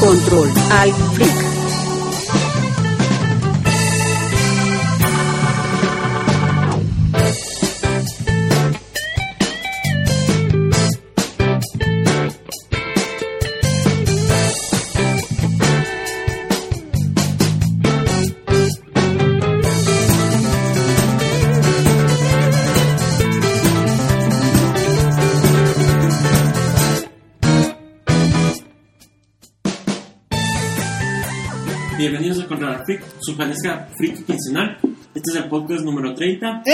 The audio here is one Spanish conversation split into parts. Control al Freak. Bienvenidos a Controlar Freak, su pareja Freak quincenal. Este es el podcast número 30. ¡Eh!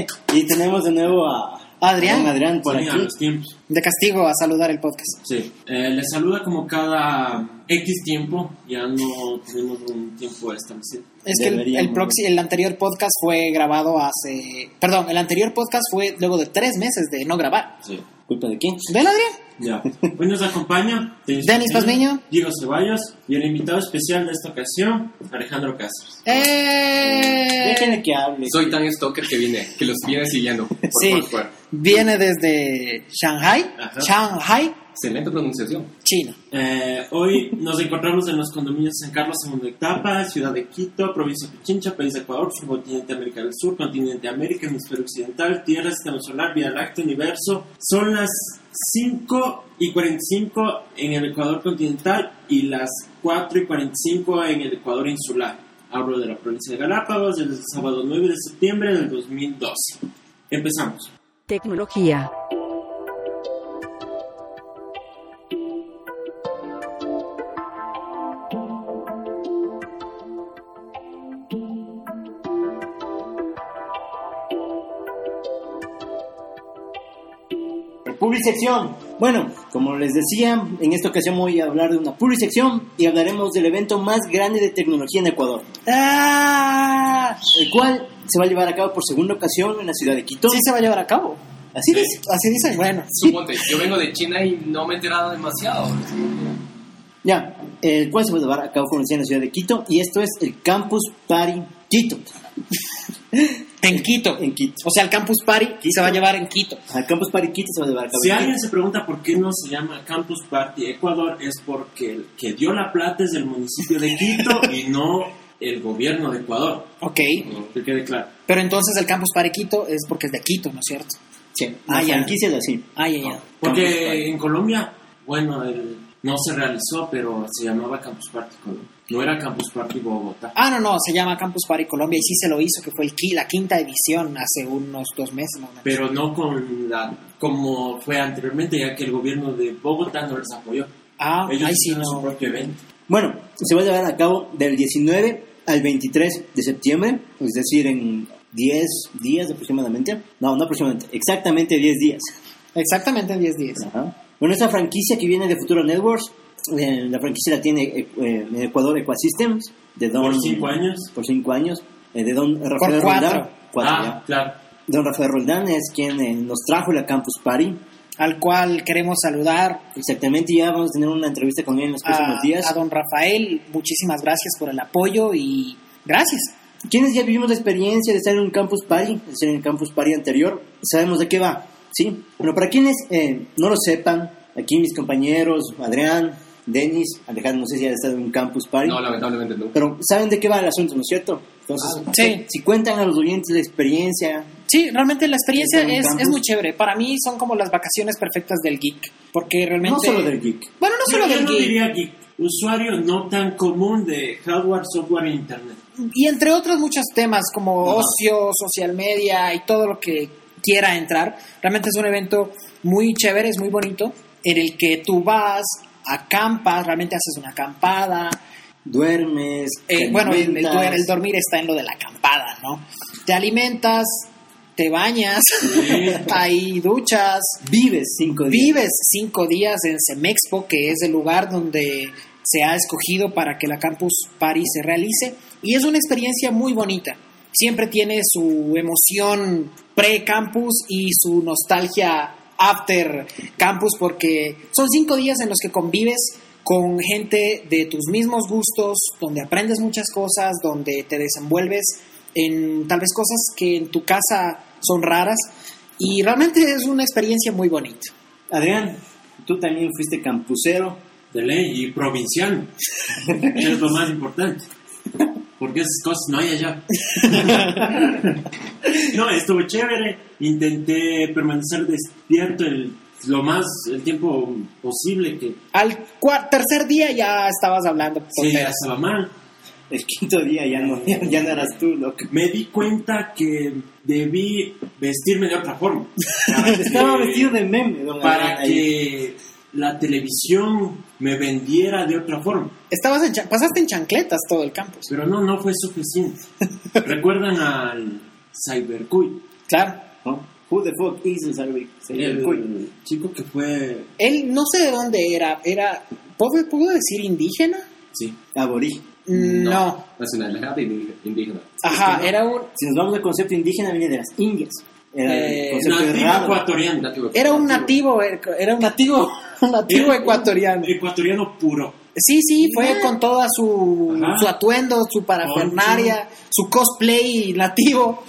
Eh, y tenemos de nuevo a Adrián. a Adrián por Salían aquí. los tiempos. De castigo a saludar el podcast. Sí. Eh, les saluda como cada X tiempo. Ya no tenemos un tiempo establecido. Es que el, el, Deberíamos. proxi- el anterior podcast fue grabado hace... Perdón, el anterior podcast fue luego de tres meses de no grabar. Sí. ¿Culpa de quién? ¿Ven, Adrián? Ya. Hoy nos acompaña Denis Pazmiño. Diego Ceballos y el invitado especial de esta ocasión, Alejandro Cáceres. ¡Eh! Déjenle que hable. Soy tan stalker que vine, que los viene siguiendo. Por Sí, por fuera. viene desde Shanghai, Ajá. Shanghai, Excelente pronunciación. China. Eh, hoy nos encontramos en los condominios San Carlos, segunda etapa, ciudad de Quito, provincia de Pichincha, país de Ecuador, subcontinente América del Sur, continente América, hemisferio occidental, tierra, sistema solar, vía láctea, universo. Son las 5 y 45 en el Ecuador continental y las 4 y 45 en el Ecuador insular. Hablo de la provincia de Galápagos desde el sábado 9 de septiembre del 2012. Empezamos. Tecnología. Publisección. Bueno, como les decía, en esta ocasión voy a hablar de una publisección y hablaremos del evento más grande de tecnología en Ecuador, ¡Ah! el cual se va a llevar a cabo por segunda ocasión en la ciudad de Quito. Sí se va a llevar a cabo. Así Sí. es. Así dicen, bueno. Suponte, yo vengo de China y no me he enterado demasiado. Ya, el cual se va a llevar a cabo, como decía, en la ciudad de Quito y esto es el Campus Party Quito. En Quito. En Quito. O sea, el Campus Party se va a llevar en Quito. Al Campus Party Quito se va a llevar a cabo. Si en Quito. alguien se pregunta por qué no se llama Campus Party Ecuador, es porque el que dio la plata es el municipio de Quito y no el gobierno de Ecuador. Ok. Que quede claro. Pero entonces el Campus Party Quito es porque es de Quito, ¿no es cierto? Sí, Ah, la ya. franquicia es así. Ay, ay, ay. Porque en Colombia, bueno, el- no se realizó, pero se llamaba Campus Party Colombia. No era Campus Party Bogotá. Ah, no, no, se llama Campus Party Colombia y sí se lo hizo, que fue el qui- la quinta edición hace unos dos meses. más o menos. Pero no con la como fue anteriormente, ya que el gobierno de Bogotá no les apoyó. ah, Ellos ay, sí, hicieron su no. propio evento. Bueno, se va a llevar a cabo del 19 al 23 de septiembre, es decir, en 10 días aproximadamente. No, no aproximadamente, exactamente 10 días. Exactamente en 10 días. Ajá. Bueno, esta franquicia que viene de Futuro Networks, eh, la franquicia la tiene eh, eh, en Ecuador Equasystems, de Don... Por cinco años. Por 5 años, eh, de Don Rafael cuatro. Roldán. Cuatro, ah, claro. ya. Don Rafael Roldán es quien eh, nos trajo la Campus Party. Al cual queremos saludar Exactamente, ya vamos a tener una entrevista con él en los próximos a, días. a Ah, don Rafael. Muchísimas gracias por el apoyo y gracias. Quienes ya vivimos la experiencia de estar en un campus party, de estar en el campus party anterior, sabemos de qué va, ¿sí? Bueno, para quienes eh, no lo sepan, aquí mis compañeros, Adrián, Denis, Alejandro, no sé si han estado en un campus party, No, lamentablemente no. pero saben de qué va el asunto, ¿no es cierto? Entonces, Ah, sí. si cuentan a los oyentes la experiencia, Sí, realmente la experiencia ¿Está en es, campus? es muy chévere. Para mí son como las vacaciones perfectas del geek. Porque realmente. no solo del geek, Bueno, no Yo, solo yo del no geek. diría geek. Usuario no tan común de hardware, software e internet. y entre otros muchos temas como Ajá. ocio, social media y todo lo que quiera entrar. Realmente es un evento muy chévere, es muy bonito, en el que tú vas, acampas, realmente haces una acampada. duermes, Eh, te bueno, el, el alimentas, duer- el dormir está en lo de la acampada, ¿no? Te alimentas, te bañas, hay duchas, vives cinco días. vives cinco días en Semexpo, que es el lugar donde se ha escogido para que la Campus Party se realice, y es una experiencia muy bonita. Siempre tiene su emoción pre-campus y su nostalgia after campus, porque son cinco días en los que convives con gente de tus mismos gustos, donde aprendes muchas cosas, donde te desenvuelves en tal vez cosas que en tu casa son raras, y realmente es una experiencia muy bonita. Adrián, tú también fuiste campusero de ley y provinciano, que es lo más importante, porque esas cosas no hay allá. No, estuvo chévere, intenté permanecer despierto el, lo más, el tiempo posible que Al cua- tercer día ya estabas hablando. se tonteras. estaba mal. El quinto día ya no, ya, ya no eras tú, loco. Me di cuenta que debí vestirme de otra forma. para Estaba que- vestido de meme, don para Adrián, ahí. que la televisión me vendiera de otra forma. Estabas en cha- pasaste en chancletas todo el campus. Pero no, no fue suficiente. ¿Recuerdan al Cybercuy? Claro. ¿No? Who the fuck is the Cyber- Cybercuy? El chico que fue... Él no sé de dónde era. Era. ¿Puedo, puedo decir indígena? Sí. Aborí. No. Nacionalidad indí- indígena. Ajá, era un, Si nos vamos al concepto indígena, viene de las Indias. Era Eh, el concepto Pues, Nativo errado. ecuatoriano. Nativo- era un nativo, era un nativo, un nativo ecuatoriano. Ecuatoriano puro. Sí, sí, fue con toda su, Ajá. su atuendo, su parafernaria, su cosplay nativo.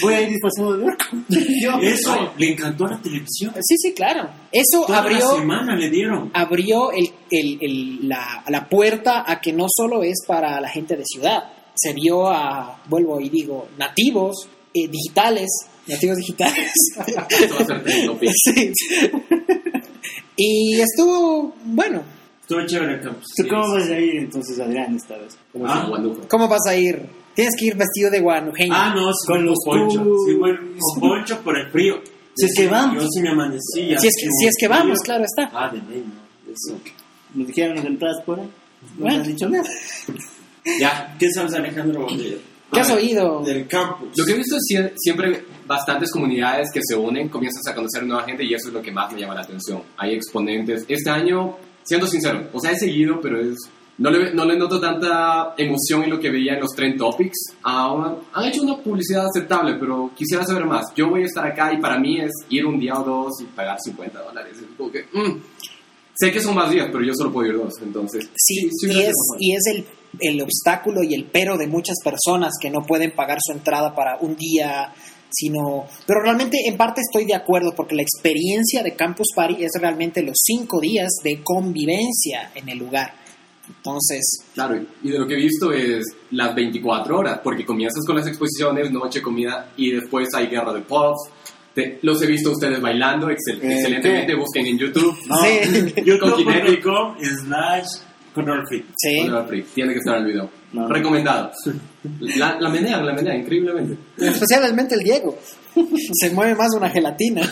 Voy a ir disfrazado de orco. Yo. Eso le encantó a la televisión. Sí, sí, claro. Eso Toda la abrió, semana le dieron. abrió el, el- el- la, la puerta a que no solo es para la gente de ciudad, se vio a, vuelvo y digo, nativos eh, digitales, nativos digitales. Esto va a ser trending topic. Sí. Y estuvo, bueno, Estuvo chévere el campus. ¿Tú cómo vas a ir entonces, Adrián, esta vez? Como Ah. si Guanduco. ¿Cómo vas a ir? Tienes que ir vestido de guanujeño. Ah, no, sí, Con con los poncho. tubos. Sí, bueno, con poncho por el frío. Si es que vamos. Yo sí me amanecí. si, es que, si es que vamos, claro está. Ah, de ley, no. Eso. Nos dijeron las entradas por ahí. No Bueno. nos han dicho nada. Ya, ¿qué sabes, Alejandro? de- ¿Qué has oído? Del campus. Lo que he visto es sie- siempre bastantes comunidades que se unen, comienzan a conocer nueva gente y eso es lo que más me llama la atención. Hay exponentes. Este año, siendo sincero, o sea, he seguido, pero es... No le, no le noto tanta emoción en lo que veía en los Trend Topics. Ahora, han hecho una publicidad aceptable, pero quisiera saber más. Yo voy a estar acá y para mí es ir un día o dos y pagar 50 dólares. Es como que, mm, Sé que son más días, pero yo solo puedo ir dos, entonces... Sí, y gracias, es, Juan. y es el, el obstáculo y el pero de muchas personas que no pueden pagar su entrada para un día, sino... Pero realmente en parte estoy de acuerdo porque la experiencia de Campus Party es realmente los cinco días de convivencia en el lugar. Entonces, Claro, y- y de lo que he visto es las 24 horas, porque comienzas con las exposiciones, noche, comida, y después hay guerra de pubs. Te- los he visto a ustedes bailando, excel- Eh, excelentemente, ¿qué? busquen en YouTube. Ah, sí, YouTube.com slash control fit. sí. Oliver Free, Tiene que estar el video. No. Recomendado. La, la menean, la menean, increíblemente. especialmente el Diego. Se mueve más una gelatina.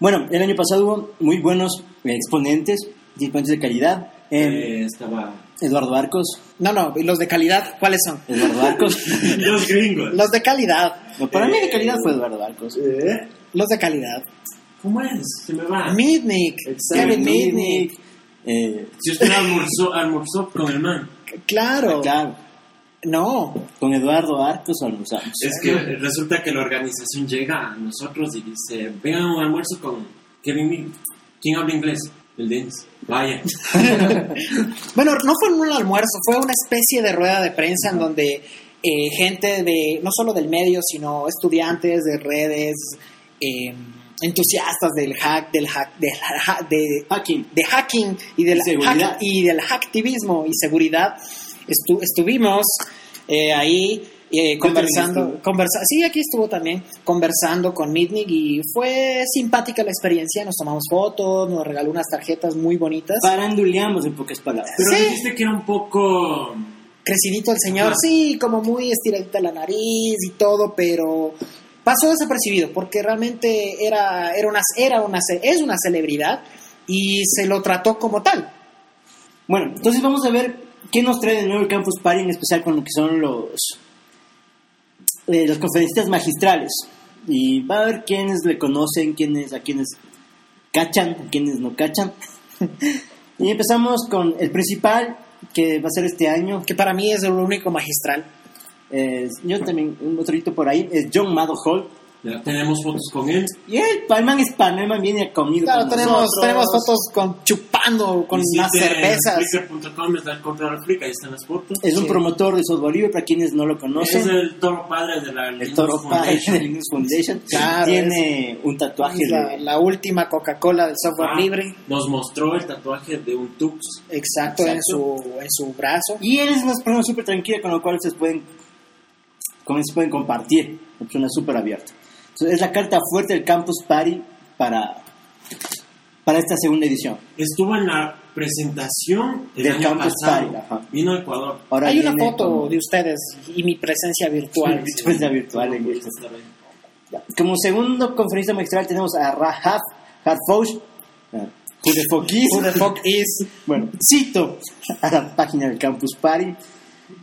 Bueno, el año pasado hubo muy buenos eh, exponentes, exponentes de calidad. Eh, Eh, estaba... Eduardo Eh. Barcos, No, no, ¿y los de calidad, ¿cuáles son? Eduardo Barcos. Los gringos. Los de calidad, No, para mí de calidad fue Eduardo Barcos. ¿Eh? los de calidad. ¿Cómo es? Se me va. Midnick, Exacto. Kevin Mitnick, Nick, eh, Si usted almorzó, almorzó con el man. claro. claro, No, con Eduardo Barcos almorzamos. Es que resulta que la organización llega a nosotros y dice, vengan a un almuerzo con Kevin Mitnick. ¿Quién habla inglés? El Dennis. Vaya. Bueno, no fue en un almuerzo, fue una especie de rueda de prensa en donde eh, gente de, no solo del medio, sino estudiantes de redes, eh, entusiastas del hack, del hack, del ha- de, Hacking. de hacking y del, Y seguridad. hack- y del hacktivismo y seguridad, estu- estuvimos eh, ahí. eh, conversando, estuve. conversa sí, aquí estuvo también conversando con Mitnick y fue simpática la experiencia. Nos tomamos fotos, nos regaló unas tarjetas muy bonitas. Paranduleamos en pocas palabras. Pero Sí. dijiste que era un poco... crecidito el señor, Ajá. sí, como muy estiradita la nariz y todo, pero pasó desapercibido porque realmente era, era una, era una, ce- es una celebridad y se lo trató como tal. Bueno, entonces vamos a ver qué nos trae de nuevo el Campus Party, en especial con lo que son los, eh, los conferencistas magistrales. Y va a haber quiénes le conocen, quiénes, a quienes cachan, a quienes no cachan. y empezamos con el principal, que va a ser este año. Que para mí es el único magistral. Eh, yo también, un otro hito por ahí, es John Maddox Hall. Ya tenemos fotos con él. Y el Palman es Palman, viene a comido Claro, con tenemos, nosotros. tenemos fotos con chupando con las Visiten cervezas. Flickr.com es el control Flick, ahí están las fotos. Es un Sí. promotor de software libre, para quienes no lo es conocen. el toro padre de la ¿Eh? el Linux toro padre Foundation. de Linux Foundation. Claro, Tiene un tatuaje Es la, de- la última Coca-Cola del software Ah, libre. Nos mostró el tatuaje de un tux. Exacto, En, su, en su brazo. Y él es una persona súper tranquila, con lo cual ustedes pueden, con eso pueden compartir. Una persona súper abierta. Entonces, es la carta fuerte del Campus Party para, para esta segunda edición. Estuvo en la presentación el Del año Campus pasado. Party, ajá. Vino a Ecuador. Ahora Hay una viene foto como- de ustedes y mi presencia virtual. Sí, presencia virtual en Pudiste esto. estar ahí. Como segundo conferencista magistral tenemos a Rahaf Harfouch, eh, Who the fuck is? Who the fuck is? Bueno, cito a la página del Campus Party.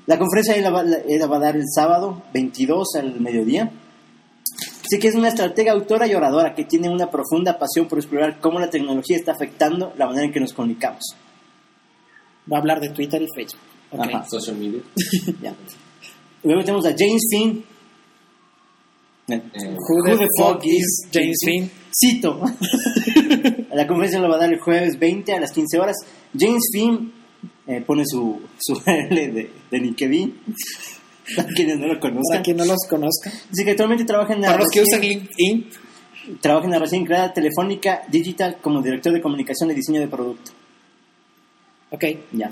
La conferencia ella va, la- ella va a dar el sábado 22 al mediodía. Así que es una estratega, autora y oradora que tiene una profunda pasión por explorar cómo la tecnología está afectando la manera en que nos comunicamos. Va a hablar de Twitter y Facebook. Ok. Ajá. Social media. Ya. Luego tenemos a James Finn. Eh, Who the fuck is James Finn? Cito. la conferencia la va a dar el jueves 20 a las 15 horas. James Finn eh, pone su, su L de, de LinkedIn. Para quienes no lo Para conozcan. quien no los conozca. Así que actualmente trabaja en la Para los que recién- usan LinkedIn. trabaja en la recién creada Telefónica Digital como director de comunicación y diseño de producto. Ok, Ya.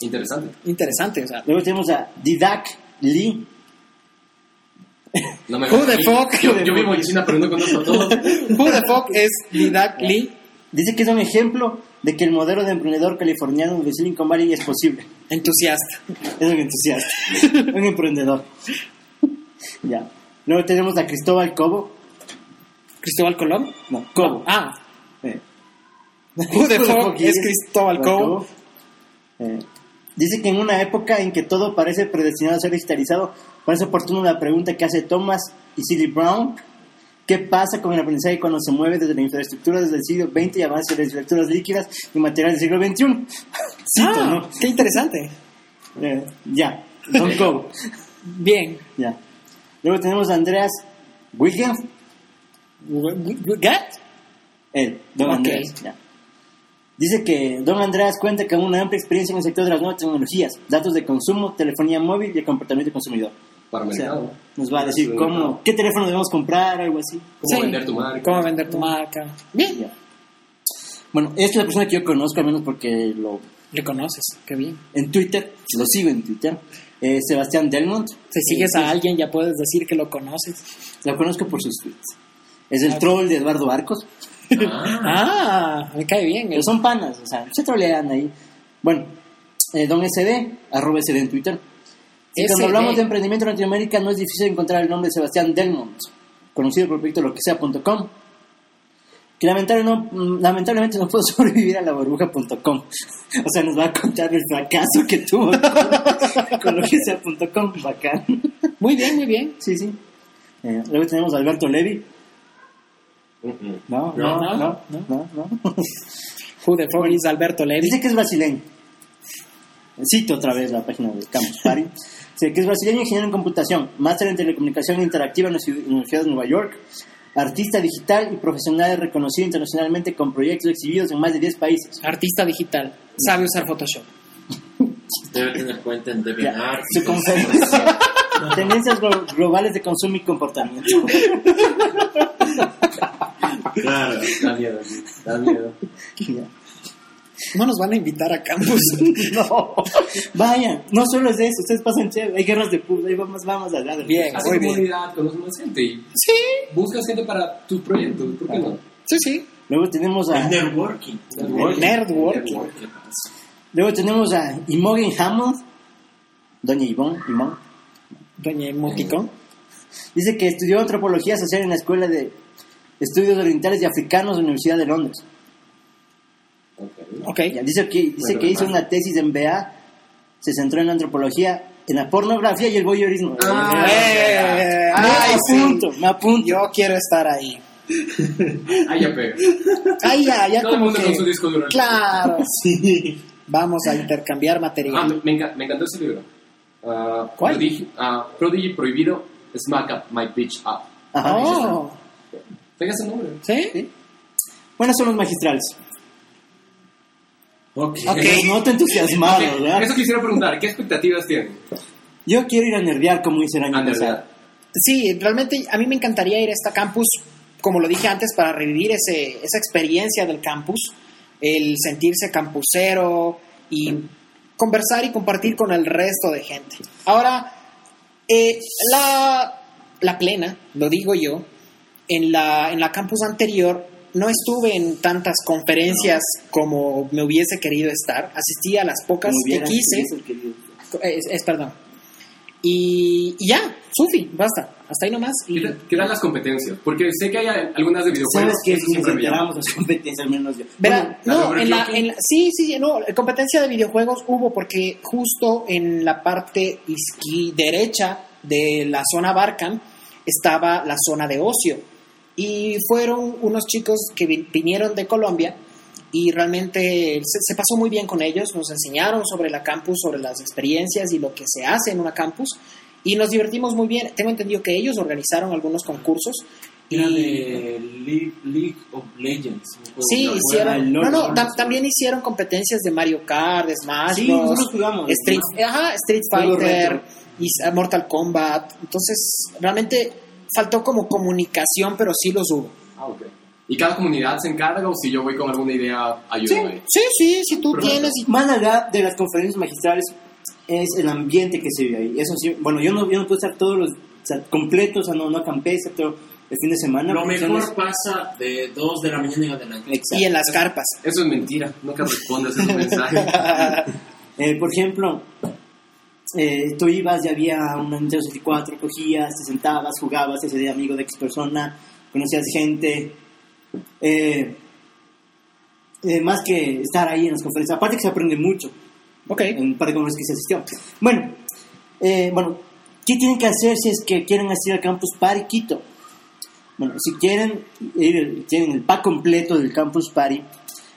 interesante. interesante. O sea, Luego tenemos a Didac Lee. No me Who the fuck? Yo, yo vivo en China, pero no conozco todo. Who the fuck es Didac Lee? Dice que es un ejemplo de que el modelo de emprendedor californiano de Silicon Valley es posible. Entusiasta. Es un entusiasta, un emprendedor. ya. Luego tenemos a Cristóbal Cobo. Cristóbal Colón. No, Cobo. Ah, Eh, Who the fuck is Cristóbal Cobo? Eh, dice que en una época en que todo parece predestinado a ser digitalizado, parece oportuna la pregunta que hace Thomas y Silly Brown. ¿Qué pasa con el aprendizaje cuando se mueve desde la infraestructura desde el siglo XX y avance de las estructuras líquidas y materiales del siglo XXI? Cito, Ah, qué interesante. ¿no? Eh, ya, Don Cobo. Bien. Ya. Luego tenemos a Andreas Wilgen, ¿Gat? el Don Ok. Andreas. ya. Dice que Don Andreas cuenta con una amplia experiencia en el sector de las nuevas tecnologías, datos de consumo, telefonía móvil y el comportamiento del consumidor. Para O sea, mercado. nos va a decir Sí, cómo, qué teléfono debemos comprar, algo así. Cómo vender tu marca. ¿Cómo vender tu marca? Bien. Ya. Bueno, esta es la persona que yo conozco, al menos porque lo Le conoces, qué bien. en Twitter, lo sigo en Twitter. Eh, Sebastián Delmont. Si sigues Eh, a alguien ya puedes decir que lo conoces. Lo conozco por sus tweets. Es el Ah. troll de Eduardo Arcos. Ah, Ah, me cae bien. Pero son panas, o sea, se trolean ahí. Bueno, eh, don SD, arroba SD en Twitter. Y SD. cuando hablamos de emprendimiento en Latinoamérica, no es difícil encontrar el nombre de Sebastián Delmont, conocido por el proyecto loquesea.com, que lamentable no- mm, lamentablemente no pudo sobrevivir a la burbuja.com. O sea, nos va a contar el fracaso que tuvo con, con loquesea.com, bacán. Muy bien, muy bien. Sí, sí. Eh, luego tenemos a Alberto Levi. mm, No, No, no, no, no, no, no. no. Who the fuck is Alberto Levy? Dice que es brasileño. Cito otra vez la página del Campus Party. Dice que es brasileño ingeniero en computación, máster en telecomunicación interactiva en la ciu- en la Universidad de Nueva York, artista digital y profesional reconocido internacionalmente con proyectos exhibidos en más de 10 países. Artista digital. Sabe usar Photoshop. Debe tener cuenta en Ya, DeviantArt. su conferencia. Tendencias glo- globales de consumo y comportamiento. Claro. da miedo, da miedo. Ya. No nos van a invitar a campus. No, vayan, no solo es eso, ustedes pasan chévere, hay guerras de pub, ahí vamos, vamos a hablar de Bien. Hace Muy bien. comunidad, conoces más gente y Sí, buscas gente para tus proyectos. ¿Por qué no? sí, sí. Luego tenemos a... El networking. Networking. Networking. Networking. Luego tenemos a Imogen Hammond, doña Ivonne, Ivonne. Doña Emoticón. Dice que estudió antropología social en la Escuela de Estudios Orientales y Africanos de la Universidad de Londres. Ok. Ok. Ya, Dice que, dice que hizo una tesis en BA, se centró en la antropología, en la pornografía y el voyeurismo. Ah, Eh, me ay, sí. apunto, me apunto. Yo quiero estar ahí. Ay, ya pega. Ay, ya, ya Todo el como mundo que- con su disco duro. Claro, sí. Vamos a intercambiar material. Ah, me, me enca- me encantó ese libro. Ah, ¿Cuál? Prodigy, ah, Prodigy Prohibido, Smack Up My Bitch Up. Ajá, Oh, Tenga ese nombre. ¿sí? Sí. Bueno, son los magistrales. Ok. Los Pues noto entusiasmado, Ok, ¿verdad? eh, Eso quisiera preguntar, ¿qué expectativas tienen? Yo quiero ir a nerdear como hice el año A nerdear. pasado. Sí, realmente a mí me encantaría ir a esta campus, como lo dije antes, para revivir ese, esa experiencia del campus, el sentirse campusero y conversar y compartir con el resto de gente. Ahora, eh, la, la plena, lo digo yo, en la, en la campus anterior no estuve en tantas conferencias como me hubiese querido estar, asistí a las pocas Como que hubiera quise. sido el que- Es, es, perdón. Y, y ya, Sufi, basta. Hasta ahí nomás. Y, ¿Qué tal- qué tal las competencias? Porque sé que hay algunas de videojuegos ¿Sabes qué? eso Si nos siempre me llama. enteramos las competencias, al menos yo. Verá, Bueno, no, la en la, overclocking. en la- sí, sí, no, competencia de videojuegos hubo porque justo en la parte isqui derecha de la zona Barkham estaba la zona de ocio. Y fueron unos chicos que vi- vinieron de Colombia y realmente se, se pasó muy bien con ellos, nos enseñaron sobre la campus, sobre las experiencias y lo que se hace en una campus y nos divertimos muy bien. Tengo entendido que ellos organizaron algunos concursos. y Era de League, League of Legends. un juego Sí, que me acuerdo. hicieron. Pues, el No, LOL, no, ¿no? tam- también hicieron competencias de Mario Kart, de Smash Sí, Bros, nosotros jugamos. Street, ajá, Street Juego Fighter, retro. y s- Mortal Kombat. Entonces, realmente faltó como comunicación, pero sí los hubo. Ah, ok. ¿Y cada comunidad se encarga o si yo voy con alguna idea, Sí, ayúdame? sí, sí, si tú Perfecto. tienes. y- Más allá de las conferencias magistrales es el ambiente que se vive ahí. Eso sí, bueno, yo no, yo no puedo estar todos los o sea, completos, o sea, no, no acampé, excepto el fin de semana. Lo porque son mejor las- pasa de 2 de la mañana en adelante. Exacto. Y en las carpas. Eso es mentira, nunca respondes a ese mensaje. Eh, por ejemplo, eh, tú ibas y había un Nintendo 64, cogías, te sentabas, jugabas, te hacías amigo de X persona, conocías gente. Eh, eh, más que estar ahí en las conferencias, aparte que se aprende mucho Ok. en un par de conferencias que se asistió. Bueno, eh, bueno, ¿qué tienen que hacer si es que quieren asistir al campus Party Quito? Bueno, si quieren ir, tienen el pack completo del campus Party,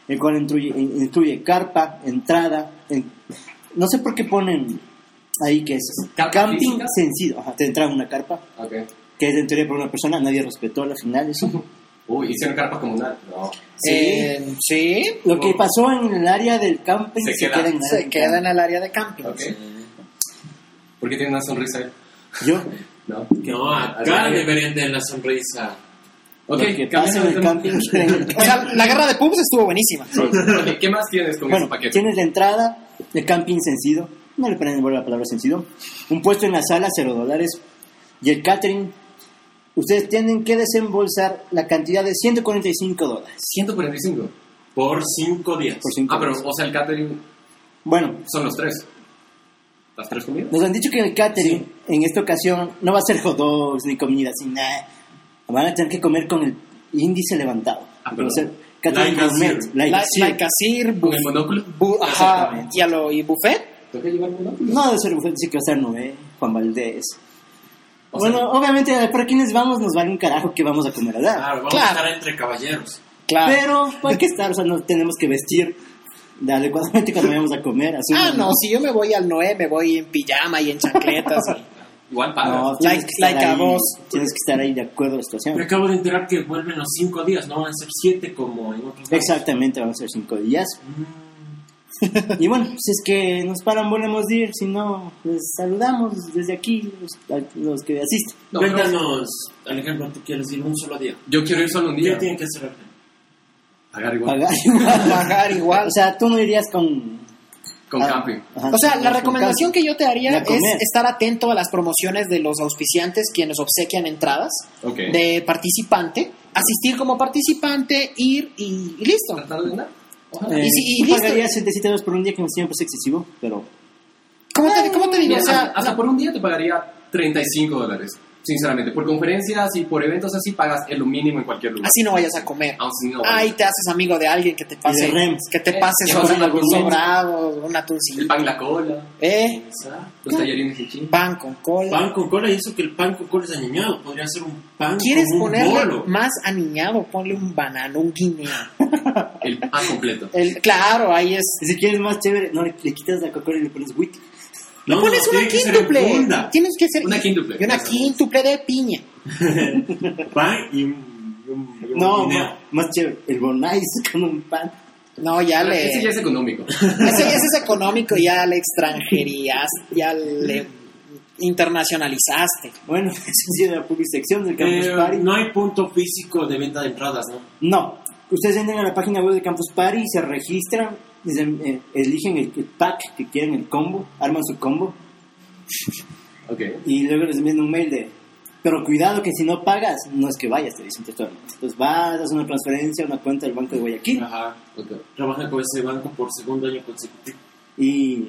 el cual incluye, incluye carpa, entrada, en- no sé por qué ponen ahí que es ¿Carpa camping física? sencillo, ajá, te entra una carpa Ok. que es en teoría por una persona, nadie respetó al final eso. Uy, hicieron carpa comunal. No. Sí. Eh, sí. Lo que pasó en el área del camping Se se, queda- queda en el área Se del queda en el área de camping. Eh, Ok. ¿Por qué tiene una sonrisa ahí? camping. Yo, No. No, acá Adelante. deberían tener la sonrisa. lo Ok, que cambiamos pasa en de el tema. camping se queda en el O sea, la guerra de pubs estuvo buenísima. Ok, ¿Qué más tienes con Bueno, ese paquete? tienes la entrada, el camping sencillo, no le ponen la palabra sencillo, un puesto en la sala, cero dólares, y el catering, ustedes tienen que desembolsar la cantidad de 145 dólares 145. Por 5 días. por 5 Ah, pero, o sea, el catering Bueno, son los tres. ¿Las tres comidas? nos han dicho que el catering en esta ocasión no va a ser hot dogs, ni comida, sin nada. Van a tener que comer con el índice levantado. Ah, Va a ser perdón. catering Like a gourmet, zero. like a La, zero. la Casir, ¿Con el monóculo? ajá, Exactamente. y, a lo, y buffet. ¿Tengo que llevar monóculo? Pues No debe ser buffet, sí que va a ser Noé, Juan Valdés. O sea, bueno, obviamente, para quienes vamos, nos vale un carajo que vamos a comer allá. Claro, vamos Claro. a estar entre caballeros. Claro. Pero hay que estar, o sea, nos tenemos que vestir de adecuadamente cuando vayamos a comer. así Ah, no, si yo me voy al Noé, me voy en pijama y en chancletas. y- Igual pagas. No, ah, Like- tienes que estar like a ahí- boss. Tienes que estar ahí de acuerdo a la Me situación. acabo de enterar que vuelven los 5 días, no van a ser 7 como en otros lados. Exactamente, van a ser cinco días. Mm, Y bueno, si es que nos paran, volvemos a ir. Si no, les saludamos desde aquí, los, los que asisten. No, pero- Cuéntanos, Alejandro, ¿tú quieres ir un solo día? Yo quiero ir solo un ¿Qué día. tienen que hacer? Alejandro? Pagar igual. Pagar igual. Pagar igual. O sea, tú no irías con... Con ah, camping. ajá, O sea, la con recomendación que yo te Y haría a comer. es estar atento a las promociones de los auspiciantes quienes obsequian entradas Ok. de participante, asistir como participante, ir y, y listo. ¿Tratar de nada? Ojalá. Eh, Y si- y tú listo. pagarías 77 euros por un día, que no siempre es excesivo, pero... ¿Cómo te, cómo te digo? Mira, O sea, hasta, hasta por un día te pagaría 35 dólares, sinceramente. Por conferencias y por eventos así pagas el mínimo en cualquier lugar. así no vayas a comer. Aun si no, Ahí te haces amigo de alguien que te pase, de rems. que te pase Eh, sobre llevas un una gourmet. sobrado, una el tuncita. pan y la cola, Eh, los tallarines de chin. pan con cola. Pan con cola, y eso que el pan con cola es dañado, podría ser un pan ¿Quieres con un ponerle bolo. más aniñado? Ponle un banano, un guineo. El pan completo. El- claro, ahí es. Y si quieres más chévere, no, le, le quitas la coca y le pones whisky. No, Pones no, una tiene que ser en quíntuple. funda. Tienes que ser. Una quíntuple. Y una Eso. quíntuple de piña. Pan y un. y un- y un No, guineo. más, más chévere, el bonais con un pan. No, ya le. Ah, Ese ya es económico. Ese ya es económico, ya le extranjerías, ya le internacionalizaste. Bueno, esa sí era la publicación del Campus Eh, Party. no hay punto físico de venta de entradas, ¿no? No, ustedes entran a la página web de Campus Party, se registran, y se- eh, eligen el, el pack que quieren, el combo, arman su combo Ok. y luego les envían un mail de... Pero cuidado que si no pagas, no es que vayas, te dicen textualmente. Entonces vas, das una transferencia a una cuenta del Banco de Guayaquil Ajá. Ok. Trabaja con ese banco por segundo año consecutivo. y,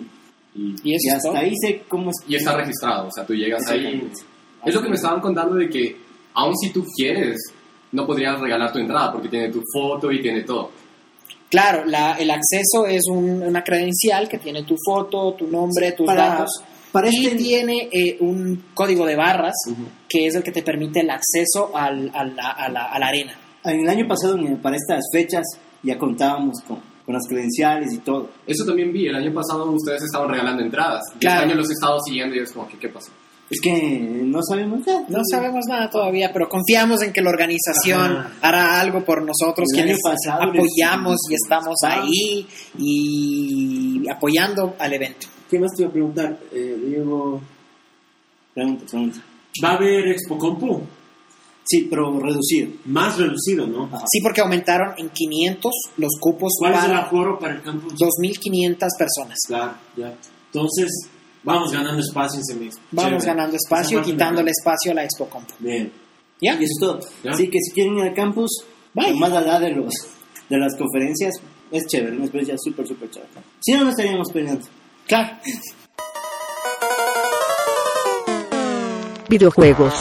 Y, Y eso y es hasta todo. ahí sé cómo es... y está registrado, o sea, tú llegas ahí. Exactamente. Es lo que me estaban contando de que, aun si tú quieres, no podrías regalar tu entrada porque tiene tu foto y tiene todo. Claro, la- el acceso es un- una credencial que tiene tu foto, tu nombre, tus Para, datos. para y este... tiene eh, un código de barras Ujú. que es el que te permite el acceso al- a, la, a la- a la arena. En el año pasado, en- para estas fechas, ya contábamos con, con las credenciales y todo. Eso también vi, el año pasado ustedes estaban regalando entradas. Y Claro. Este año los he estado siguiendo y es como que, ¿qué pasó? Es que no sabemos nada. No sabemos nada todavía, pero confiamos en que la organización Ajá. hará algo por nosotros, El año quienes pasado apoyamos les- y estamos ahí y apoyando al evento. ¿Qué más te iba a preguntar, eh, Diego? Pregunta, pregunta. Va a haber Expo Compu, Sí, pero reducido. más reducido, ¿no? Ajá. Sí, porque aumentaron en 500 los cupos ¿Cuál es el Ah, para aforo para el campus? 2.500 personas. Claro, ya. Entonces, vamos ganando espacio en ese mes. Vamos Chévere. ganando espacio Esa parte y me quitándole encanta. espacio a la Expo Comp. Bien. ¿Ya? Y eso es todo. Ya. Así que si quieren ir al campus, Vayan. más allá de, los, de las conferencias, es chévere, una experiencia súper, súper chévere. Si no, no estaríamos peleando. Claro. Videojuegos.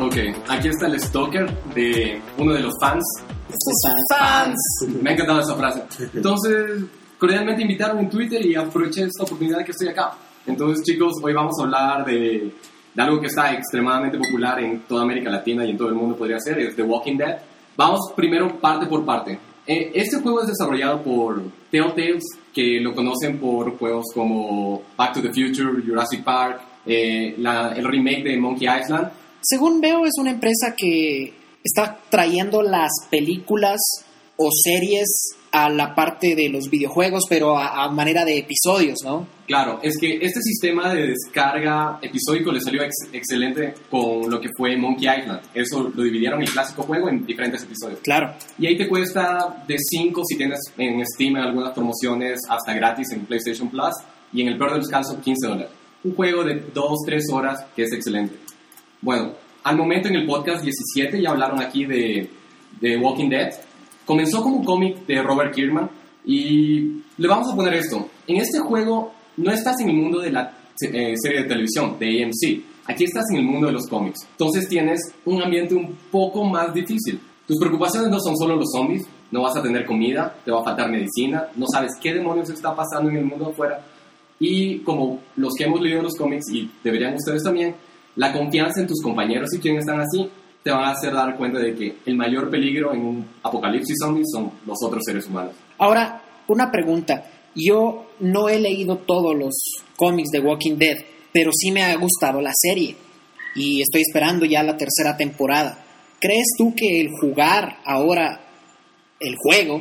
Ok, aquí está el stalker de uno de los fans. Me ha encantado esa frase. Entonces, cordialmente invitaron en Twitter y aproveché esta oportunidad que estoy acá. Entonces, chicos, hoy vamos a hablar de, de algo que está extremadamente popular en toda América Latina y en todo el mundo podría ser, es The Walking Dead. Vamos primero parte por parte. Eh, Este juego es desarrollado por Telltales, que lo conocen por juegos como Back to the Future, Jurassic Park, eh, la- el remake de Monkey Island. Según veo, es una empresa que está trayendo las películas o series a la parte de los videojuegos, pero a, a manera de episodios, ¿no? Claro, es que este sistema de descarga episódico le salió ex- excelente con lo que fue Monkey Island. Eso lo dividieron el clásico juego en diferentes episodios. Claro. Y ahí te cuesta de 5 si tienes en Steam en algunas promociones, hasta gratis en PlayStation Plus, y en el peor de los casos 15 dólares. Un juego de 2-3 horas que es excelente. Bueno, al momento en el podcast 17 ya hablaron aquí de, de Walking Dead. Comenzó como un cómic de Robert Kirkman y le vamos a poner esto. En este juego no estás en el mundo de la eh, serie de televisión, de AMC. Aquí estás en el mundo de los cómics. Entonces tienes un ambiente un poco más difícil. Tus preocupaciones no son solo los zombies, no vas a tener comida, te va a faltar medicina, no sabes qué demonios está pasando en el mundo afuera. Y como los que hemos leído los cómics, y deberían ustedes también, la confianza en tus compañeros y quienes están así te van a hacer dar cuenta de que el mayor peligro en un apocalipsis zombie son los otros seres humanos. Ahora, una pregunta. Yo no he leído todos los cómics de Walking Dead, pero sí me ha gustado la serie y estoy esperando ya la tercera temporada. ¿Crees tú que el jugar ahora el juego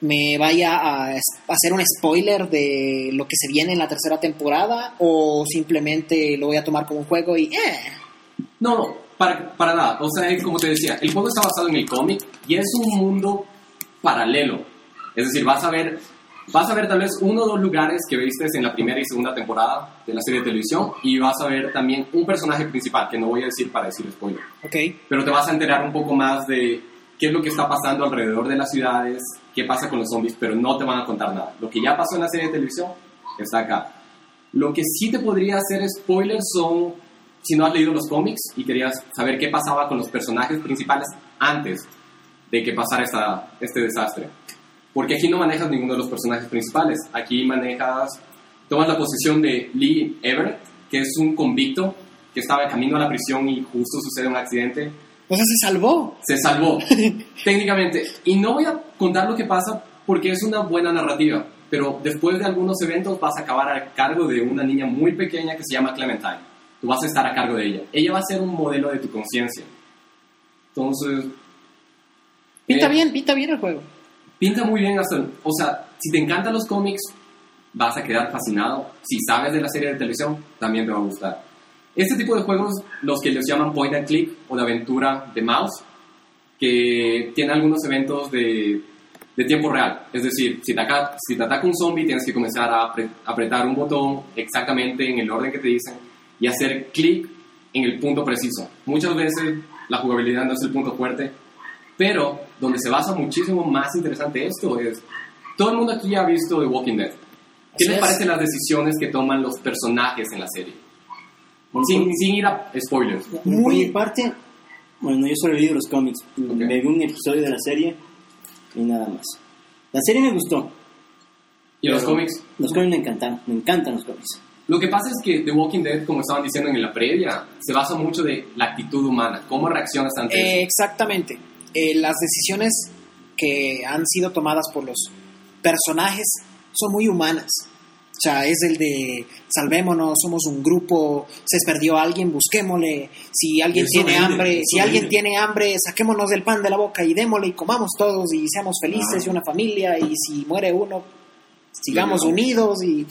me vaya a es- a hacer un spoiler de lo que se viene en la tercera temporada o simplemente lo voy a tomar como un juego y... eh? No, no, para, para nada. O sea, es como te decía, el juego está basado en el cómic y es un mundo paralelo. Es decir, vas a ver, vas a ver tal vez uno o dos lugares que viste en la primera y segunda temporada de la serie de televisión y vas a ver también un personaje principal que no voy a decir para decir spoiler. Ok, pero te vas a enterar un poco más de qué es lo que está pasando alrededor de las ciudades, qué pasa con los zombies, pero no te van a contar nada. Lo que ya pasó en la serie de televisión está acá. Lo que sí te podría hacer spoilers son, si no has leído los cómics y querías saber qué pasaba con los personajes principales antes de que pasara esta, este desastre. Porque aquí no manejas ninguno de los personajes principales. Aquí manejas, tomas la posición de Lee Everett, que es un convicto que estaba de camino a la prisión y justo sucede un accidente. O sea, se salvó. Se salvó, técnicamente. Y no voy a contar lo que pasa porque es una buena narrativa, pero después de algunos eventos vas a acabar a cargo de una niña muy pequeña que se llama Clementine. Tú vas a estar a cargo de ella. Ella va a ser un modelo de tu conciencia. Entonces... Pinta eh, bien, pinta bien el juego. Pinta muy bien hasta... O sea, si te encantan los cómics, vas a quedar fascinado. Si sabes de la serie de televisión, también te va a gustar. Este tipo de juegos, los que ellos llaman point and click o de aventura de mouse, que tiene algunos eventos de, de tiempo real. Es decir, si te, ataca, si te ataca un zombie, tienes que comenzar a apre- apretar un botón exactamente en el orden que te dicen y hacer clic en el punto preciso. Muchas veces la jugabilidad no es el punto fuerte, pero donde se basa muchísimo más interesante esto es, todo el mundo aquí ha visto The Walking Dead. ¿Qué Así les es. parecen las decisiones que toman los personajes en la serie? Bueno, Sin, sin ir a spoilers. por- Por Muy- mi parte, bueno, yo solo he leído los cómics. Me vi un episodio de la serie y nada más. La serie me gustó. Y los pero cómics. Los cómics me encantan. Me encantan los cómics. Lo que pasa es que The Walking Dead, como estaban diciendo en la previa, se basa mucho de la actitud humana, cómo reaccionas ante Eh, eso. exactamente. Eh, las decisiones que han sido tomadas por los personajes son muy humanas. O sea, es el de salvémonos, somos un grupo, se perdió alguien, busquémosle, si alguien Eso tiene vende, hambre, eso si alguien vende. tiene hambre, saquémonos del pan de la boca y démosle y comamos todos y seamos felices y una familia y si muere uno, sigamos Claro. unidos y,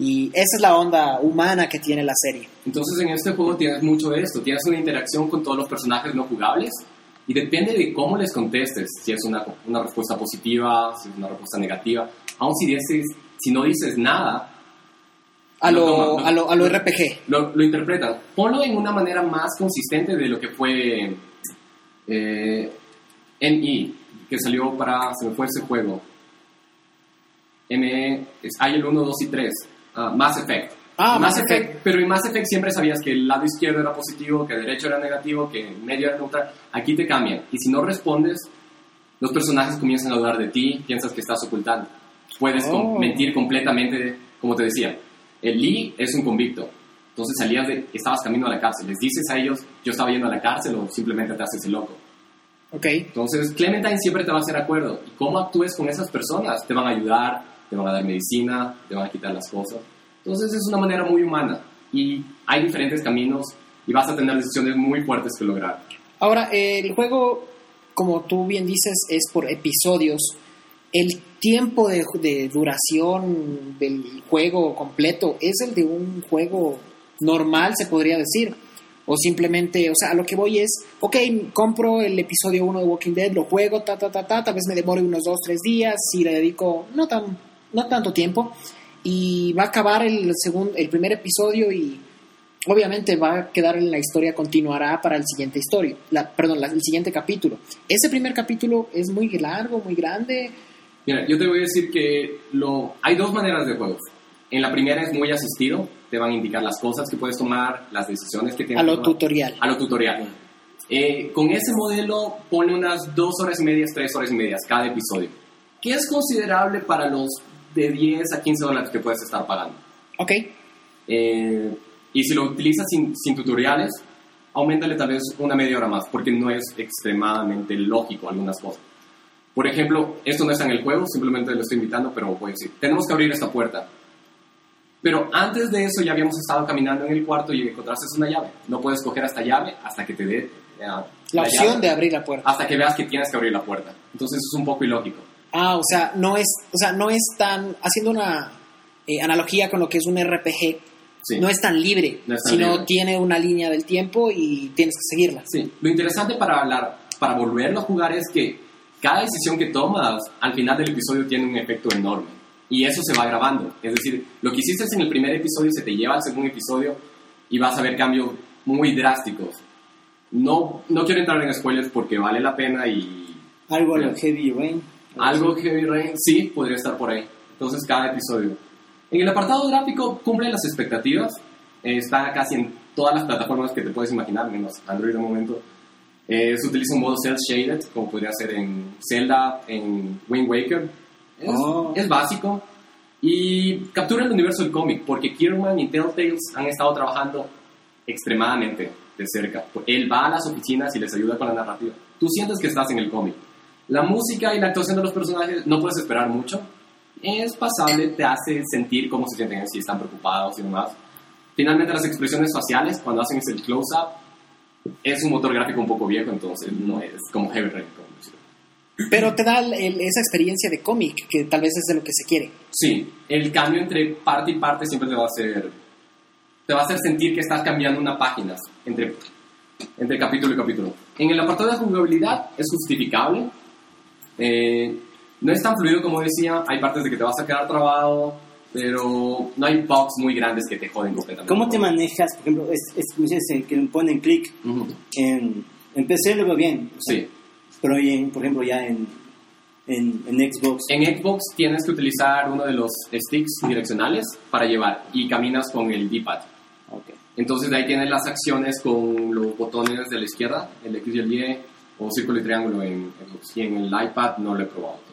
y esa es la onda humana que tiene la serie. Entonces en este juego tienes mucho de esto, tienes una interacción con todos los personajes no jugables y depende de cómo les contestes, si es una, una respuesta positiva, si es una respuesta negativa, aun si, dices, si no dices nada, A No, lo, no, no. a lo, a lo RPG. lo, lo interpretan. Ponlo en una manera más consistente de lo que fue eh, ME, que salió para, se me fue ese juego. ME, es- hay el 1, 2 y 3. Ah, Mass Effect. Ah, Mass Effect. Pero en Mass Effect siempre sabías que el lado izquierdo era positivo, que el derecho era negativo, que el medio era neutral. Aquí te cambian. Y si no respondes, los personajes comienzan a dudar de ti, piensas que estás ocultando. Puedes com- Oh. mentir completamente, como te decía. El Lee es un convicto. Entonces salías de, estabas camino a la cárcel. Les dices a ellos, yo estaba yendo a la cárcel o simplemente te haces el loco. ok Entonces, Clementine siempre te va a hacer acuerdo. Y cómo actúes con esas personas, te van a ayudar, te van a dar medicina, te van a quitar las cosas. Entonces, es una manera muy humana. Y hay diferentes caminos y vas a tener decisiones muy fuertes que lograr. Ahora, eh, el juego, como tú bien dices, es por episodios. El tiempo de, de duración del juego completo es el de un juego normal, se podría decir. O simplemente, o sea, a lo que voy es, ok, compro el episodio 1 de Walking Dead, lo juego, ta, ta, ta, ta, tal vez me demore unos 2, 3 días, si le dedico no, tan, no tanto tiempo, y va a acabar el, segundo, el primer episodio y obviamente va a quedar en la historia, continuará para el siguiente historia, la, perdón, la- el siguiente capítulo. Ese primer capítulo es muy largo, muy grande. Mira, yo te voy a decir que lo, hay dos maneras de juego. En la primera es muy asistido, te van a indicar las cosas que puedes tomar, las decisiones que tienes A que lo tomar. tutorial. a lo tutorial. Eh, con ese modelo pone unas dos horas y medias, tres horas y medias cada episodio, que es considerable para los de 10 a 15 dólares que puedes estar pagando. Ok, Eh, y si lo utilizas sin, sin tutoriales, aumentale tal vez una media hora más, porque no es extremadamente lógico algunas cosas. Por ejemplo, esto no está en el juego, simplemente lo estoy invitando, pero voy a decir, tenemos que abrir esta puerta. Pero antes de eso ya habíamos estado caminando en el cuarto y encontraste una llave. No puedes coger esta llave hasta que te dé eh, la, la opción llave, de abrir la puerta. hasta que veas que tienes que abrir la puerta. Entonces es un poco ilógico. Ah, o sea, no es, o sea, no es tan, haciendo una eh, analogía con lo que es un RPG, Sí. no es tan libre, No es tan sino libre. tiene una línea del tiempo y tienes que seguirla. Sí, lo interesante para hablar, para volverlo a jugar es que cada decisión que tomas al final del episodio tiene un efecto enorme y eso se va grabando. Es decir, lo que hiciste en el primer episodio se te lleva al segundo episodio y vas a ver cambios muy drásticos. No, no quiero entrar en spoilers porque vale la pena y Algo a lo Sí. Heavy Rain. algo Heavy Rain sí podría estar por ahí. Entonces, cada episodio. En el apartado gráfico cumple las expectativas. Eh, está casi en todas las plataformas que te puedes imaginar, menos Android de momento. Eh, se utiliza un modo cel shaded, como podría ser en Zelda, en Wind Waker. Es, Oh. es básico. Y captura el universo del cómic, porque Kierman y Telltales han estado trabajando extremadamente de cerca. Él va a las oficinas y les ayuda con la narrativa. Tú sientes que estás en el cómic. La música y la actuación de los personajes no puedes esperar mucho. Es pasable, te hace sentir cómo se sienten, si están preocupados y demás. Finalmente, las expresiones faciales, cuando hacen el close-up, es un motor gráfico un poco viejo, entonces no es como Heavy Rain. como decirlo. Pero te da el- el- esa experiencia de cómic, que tal vez es de lo que se quiere. Sí, el cambio entre parte y parte siempre te va a hacer. Te va a hacer sentir que estás cambiando una página entre, entre capítulo y capítulo. En el apartado de jugabilidad es justificable. Eh, no es tan fluido como decía, hay partes de que te vas a quedar trabado, pero no hay bugs muy grandes que te joden completamente. ¿Cómo te manejas? Por ejemplo, es, es como dices, eh, que ponen clic Ujú, en, en PC, luego bien. o sea, Sí. Pero y en, por ejemplo, ya en, en, en Xbox. En Xbox tienes que utilizar uno de los sticks direccionales para llevar y caminas con el D-pad. Ok. Entonces de ahí tienes las acciones con los botones de la izquierda, el X y el Y, o círculo y triángulo en Xbox. Y en el iPad no lo he probado todavía.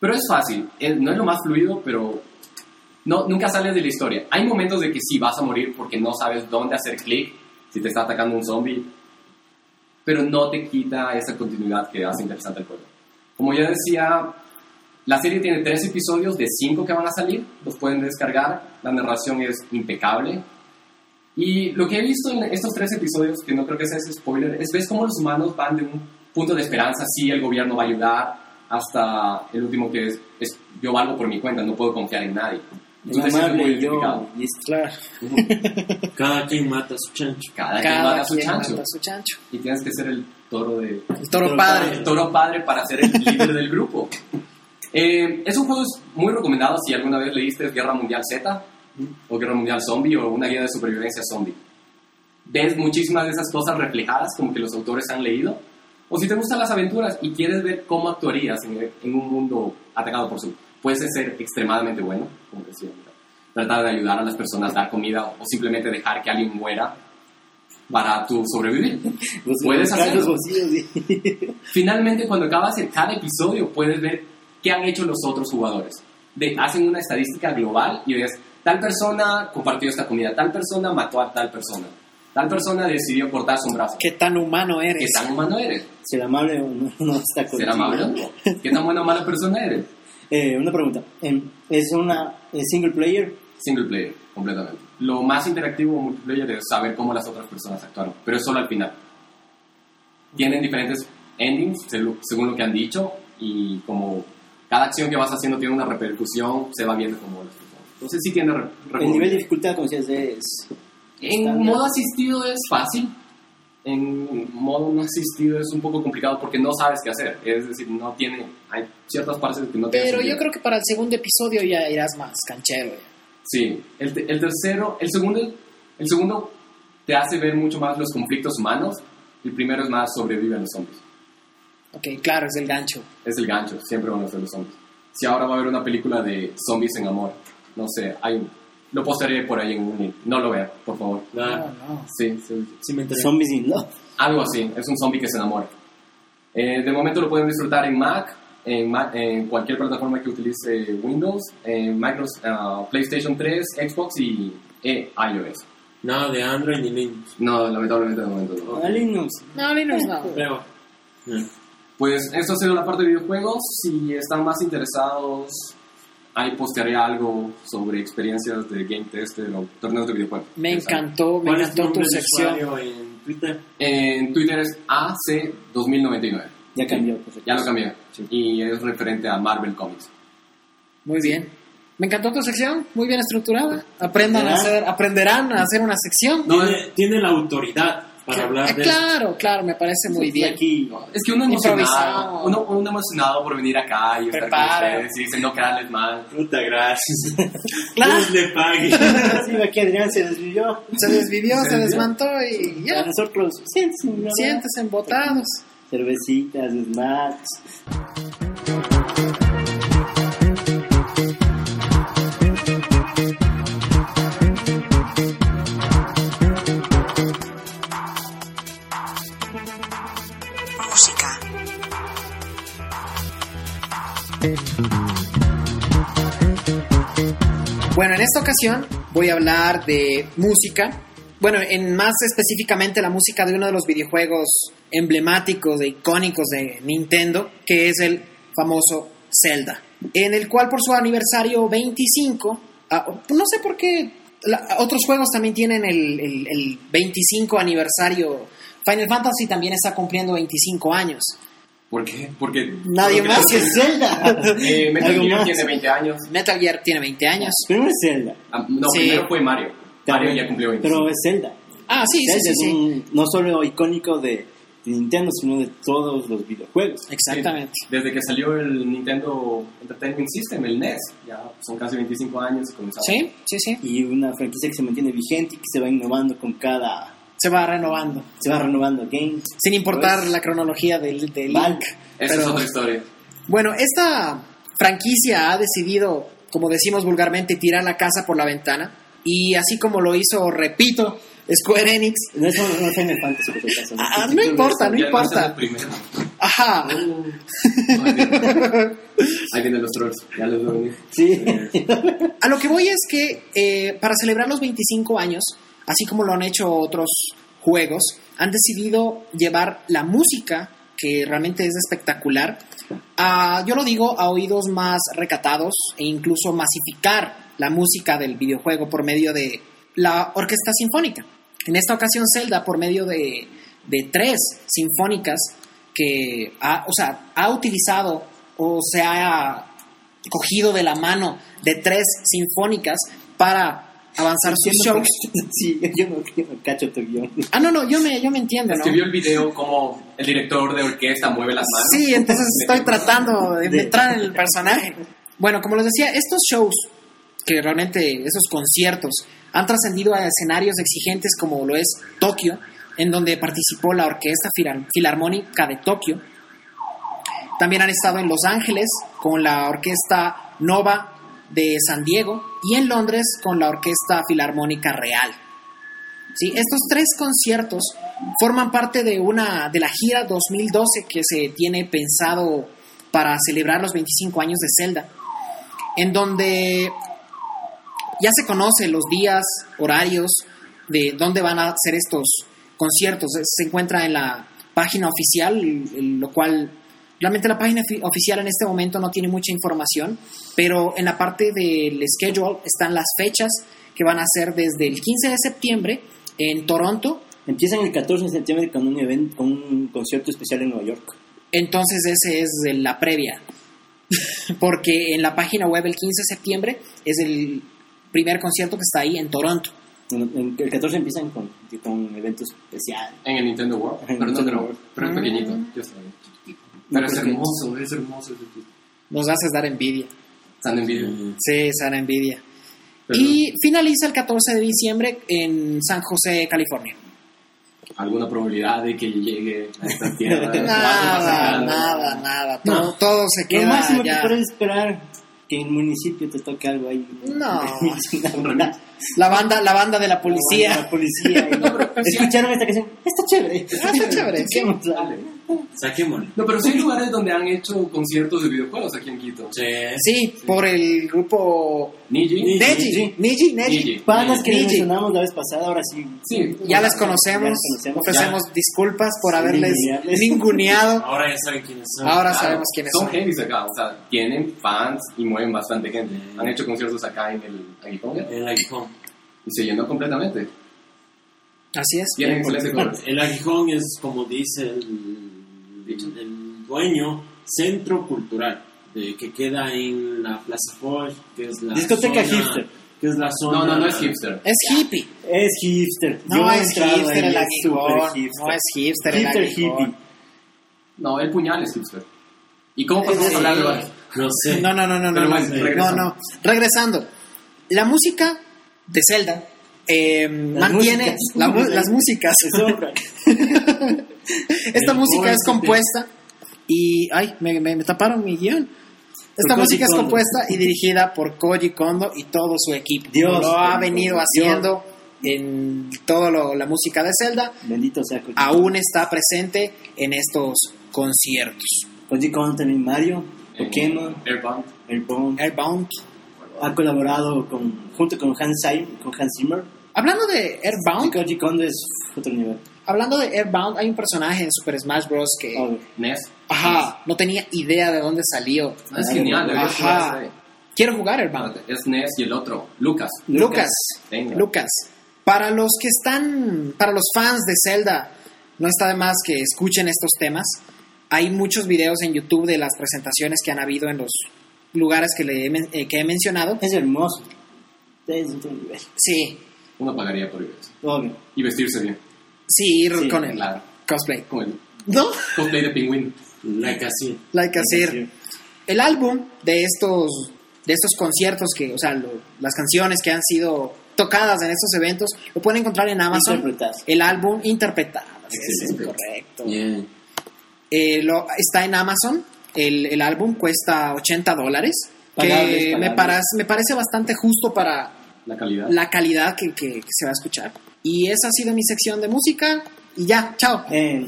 Pero es fácil, eh, no es lo más fluido, pero no, nunca sales de la historia. Hay momentos de que sí vas a morir porque no sabes dónde hacer clic, si te está atacando un zombie, pero no te quita esa continuidad que hace interesante el juego. Como ya decía, la serie tiene tres episodios de cinco que van a salir, los pueden descargar, la narración es impecable, y lo que he visto en estos tres episodios, que no creo que sea ese spoiler, es ves cómo los humanos van de un punto de esperanza, sí, el gobierno va a ayudar, hasta el último que es, es, yo valgo por mi cuenta, no puedo confiar en nadie. Es Tú te sientes muy amable, yo. identificado. y es- Claro. Cada quien mata a su chancho. Cada, quien Cada mata su quien chancho. manda su chancho. Y tienes que ser el toro de... El toro padre. El toro padre para ser el líder del grupo. Eh, es un juego muy recomendado si alguna vez leíste Guerra Mundial Z o Guerra Mundial Zombie o una guía de supervivencia zombie. Ves muchísimas de esas cosas reflejadas como que los autores han leído. O si te gustan las aventuras y quieres ver cómo actuarías en, en un mundo atacado por su... Puedes ser extremadamente bueno, como decía. Tratar de ayudar a las personas, dar comida o simplemente dejar que alguien muera para tu sobrevivir. los- Puedes los carros hacerlo. vacíos y- Finalmente, cuando acabas de cada episodio, puedes ver qué han hecho los otros jugadores. De- hacen una estadística global y ves, tal persona compartió esta comida, tal persona mató a tal persona, tal persona decidió cortarse un brazo. Qué tan humano ¿Qué eres. tan humano eres? ¿Será amable o no, no está ¿Ser amable o no? ¿Qué tan buena o mala persona eres? Eh, una pregunta. Em, ¿Es una eh, single player? Single player, completamente. Lo más interactivo o multiplayer es saber cómo las otras personas actuaron, pero es solo al final. Tienen diferentes endings selu- según lo que han dicho y como cada acción que vas haciendo tiene una repercusión, se va viendo como las personas. Entonces sí tiene re- El nivel de repercusión. dificultad, como decías, es... En modo asistido es fácil, en modo no asistido es un poco complicado porque no sabes qué hacer. Es decir, no tiene, hay ciertas partes que no tienen Pero yo sentido. creo que para el segundo episodio ya irás más canchero. ya. Sí, el, te- el tercero, el segundo, el segundo te hace ver mucho más los conflictos humanos. El primero es más sobrevive a los zombies. Ok, claro, es el gancho. Es el gancho, siempre van a ser los zombies. Si ahora va a haber una película de zombies en amor, no sé, hay un- lo postearé por ahí en un link. No lo vea, por favor. Ah, No, no. Sí, sí, sí me enteré. Zombies in love. algo así, es un zombie que se enamora. Eh, de momento lo pueden disfrutar en Mac, en, Ma- en cualquier plataforma que utilice Windows, en Microsoft, ah, PlayStation 3, Xbox y eh, iOS. Nada de Android ni Linux. No, lamentablemente de momento no. Ah, Linux. No, Linux no. Pero, eh, Pues esto ha sido la parte de videojuegos. Si están más interesados, ahí postearé algo sobre experiencias de game tester o torneos de videojuegos. Me encantó, me ¿Cuál es tu encantó tu nombre de sección. usuario en Twitter? En Twitter es AC2099. Ya cambió. perfecto. Ya lo cambié. Y es referente a Marvel Comics. Muy bien. Me encantó tu sección, muy bien estructurada. Aprendan a ¿Verdad? hacer, aprenderán a hacer una sección. No, tiene, eh, tiene la autoridad para Que- hablar de eso. claro, claro, me parece muy bien. Aquí, Es que uno emocionado, Improvisado. uno, uno emocionado por venir acá y estar con Prepara. ustedes y dicen no quedarles mal. Puta, gracias. Claro. Dios le pague. sí, aquí Adrián se desvió. Se desvivió, Sí, se ya. desmantó y Para ya. nosotros, siéntese, mi amor. Sientes embotados. Cervecitas, snacks. música. Bueno, en esta ocasión voy a hablar de música bueno, en más específicamente la música de uno de los videojuegos emblemáticos e icónicos de Nintendo, que es el famoso Zelda, en el cual por su aniversario 25, ah, no sé por qué la- otros juegos también tienen el, el- el 25 aniversario. Final Fantasy también está cumpliendo 25 años. ¿Por qué? Porque Nadie porque- más ¡Que es Zelda! Eh, Metal Algo Gear más. tiene 20 años. Metal Gear tiene 20 años. Primero es Zelda. Ah, no, Sí. primero fue Mario. Mario También, ya cumplió 20. Pero es Zelda. Ah, sí, sí, Zelda sí. es sí. un- no solo icónico de, de Nintendo, sino de todos los videojuegos. Exactamente. Desde que salió el Nintendo Entertainment System, el NES, ya son casi 25 años y comenzamos. Sí, sí, sí. Y una franquicia que se mantiene vigente y que se va innovando con cada... Se va renovando. Se va renovando games. Sin importar Pues, la cronología del, del Vale. Link. Esa Pero- es otra historia. Bueno, esta franquicia ha decidido, como decimos vulgarmente, tirar la casa por la ventana. Y así como lo hizo, repito, Square Enix. No es un no es Final Fantasy, por si acaso, ¿no? Ah, no importa, no Ya importa. No es el primero. Ajá. Ahí vienen- Ahí vienen los trolls, ya los veo venir. Sí. A lo que voy es que eh, para celebrar los 25 años, así como lo han hecho otros juegos, han decidido llevar la música, que realmente es espectacular, a, yo lo digo, a oídos más recatados e incluso masificar la música del videojuego por medio de la orquesta sinfónica. En esta ocasión Zelda, por medio de, de tres sinfónicas que ha, o sea, ha utilizado o se ha cogido de la mano de tres sinfónicas para avanzar sus shows. Sí, yo no, yo no cacho tu guión. Ah, no, no, yo me, yo me entiendo, ¿no? Es que vio el video como el director de orquesta mueve las manos. Sí, entonces estoy tratando de De- entrar en el personaje. Bueno, como les decía, estos shows, que realmente esos conciertos, han trascendido a escenarios exigentes como lo es Tokio, en donde participó la Orquesta Filar- Filarmónica de Tokio. También han estado en Los Ángeles con la Orquesta Nova de San Diego y en Londres con la Orquesta Filarmónica Real. ¿sí? Estos tres conciertos forman parte de una de la gira 2012 que se tiene pensado para celebrar los 25 años de Zelda, en donde ya se conocen los días, horarios de dónde van a ser estos conciertos. Se encuentra en la página oficial, lo cual realmente la página ofi- oficial en este momento no tiene mucha información, pero en la parte del schedule están las fechas que van a ser desde el 15 de septiembre en Toronto, Empiezan el 14 de septiembre con un, evento, con un concierto especial en Nueva York. Entonces ese es de la previa. Porque en la página web el 15 de septiembre es el primer concierto que está ahí en Toronto. En- en- El 14 empiezan con, con un evento especial. En el Nintendo World. En el Pero no, Nintendo pero, World. pero es Mm. pequeñito. Yo sé. Pero es porque- hermoso, es hermoso. es hermoso. Nos haces dar envidia. Están en video. Sí, sana envidia. Pero- Y finaliza el 14 de diciembre en San José, California. alguna probabilidad de que llegue a esta tierra. Nada, Algo más nada, cercano. nada. No. Todo, todo se Lo queda máximo ya. que puedes esperar que en el municipio te toque algo ahí. No. ah. Un remix. La banda, la banda de la La policía. policía. y- Escucharon esta canción. Está chévere. Ah, está chévere, sí. Escuchémosla. Saquémosle. No, pero sí hay lugares donde han hecho conciertos de videojuegos aquí en Quito. Sí. Sí, por el grupo Niji. Neji, Neji, Neji. Niji. Panas que Niji. mencionamos la vez pasada, ahora sí. Sí. Ya las conocemos, Ya las conocemos, ofrecemos disculpas por haberles ningunearles. ninguneado. Ahora ya saben quiénes son. Ahora Claro, sabemos quiénes son. Son heavies acá, o sea, tienen fans y mueven bastante gente. Han hecho conciertos acá en el Aguijón El aguijón. y se llenó completamente. Así es. Tienen excelente color. El aguijón es, como dice el, el dueño, centro cultural, de, que queda en la Plaza Ford, que es la Discoteca zona- hipster. Que es la zona... No, no, no es hipster. Es hippie. Es hipster. No Yo he es entrado hipster ahí, es el aguijón. súper hipster. No es hipster el Hipster aguijón. hippie. No, el puñal es hipster. ¿Y cómo pasamos Sí. a hablar de bares? No sé. No, no, no, no, no, Pero no, bueno, no, regresando. no. Regresando. La música de Zelda eh, mantiene músicas. la mu- las músicas. Es obra. Esta El música joven que es te- compuesta y... Ay, me, me- me taparon mi guión. Esta Koji música es Kondo. compuesta y dirigida por Koji Kondo y todo su equipo. Dios. lo ha venido Dios. haciendo en toda la música de Zelda. Bendito sea. Koji. aún está presente en estos conciertos. Koji Kondo también Mario, Eh, Pokémon, Airbound. el Bond. Airbound. Ha colaborado con, junto con Hans, Zim- con Hans Zimmer. Hablando de Airbound, Koji Kondo es otro nivel. hablando de Airbound, hay un personaje en Super Smash Bros. que Obvio. NES. ajá, no tenía idea de dónde salió. Ah, es genial, deberías Ajá. jugar ese. Quiero jugar Airbound. Es NES y el otro, Lucas. Lucas, Venga. Lucas, para los que están, para los fans de Zelda, no está de más que escuchen estos temas. Hay muchos videos en YouTube de las presentaciones que han habido en los lugares que, le he, men- eh, que he mencionado. Es hermoso. Es otro nivel. Sí, Uno pagaría por vivir eso. Obvio. Y vestirse bien, sí, ir Sí, con el claro. cosplay. Como el ¿No? cosplay de pingüino. La casi. Like hacer. Sí. el álbum de estos de estos conciertos que, o sea, lo- las canciones que han sido tocadas en estos eventos, lo pueden encontrar en Amazon. Interpretadas. El álbum interpretadas, ese es Excelente. correcto. Bien. Eh, lo, está en Amazon. El, el álbum cuesta 80 dólares. Que Pagables, Me, pagables. paras- me parece bastante justo para La calidad. la calidad que, que- que se va a escuchar. Y esa ha sido mi sección de música. Y ya, chao. Eh,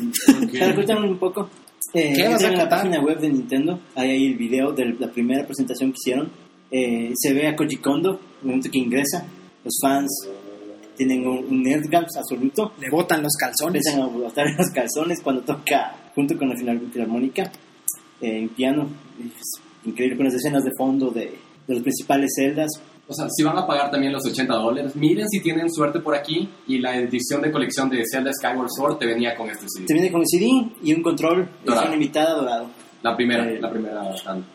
Para contar un poco, eh, Ah. ¿Qué entren vas a en la contar? página web de Nintendo, hay ahí el video de la primera presentación que hicieron. Eh, se ve a Koji Kondo, el momento que ingresa, los fans tienen un, un nerdgams absoluto, Le botan los calzones. empiezan a botar en los calzones cuando toca junto con la filar- filarmónica eh, en piano. Es increíble con las escenas de fondo de, de los principales celdas. O sea, si van a pagar también los 80 dólares, miren si tienen suerte por aquí. Y la edición de colección de Zelda Skyward Sword te venía con este CD. Se viene con el CD y un control, es Dorado. una invitada dorado. La primera, Eh. la primera tanda.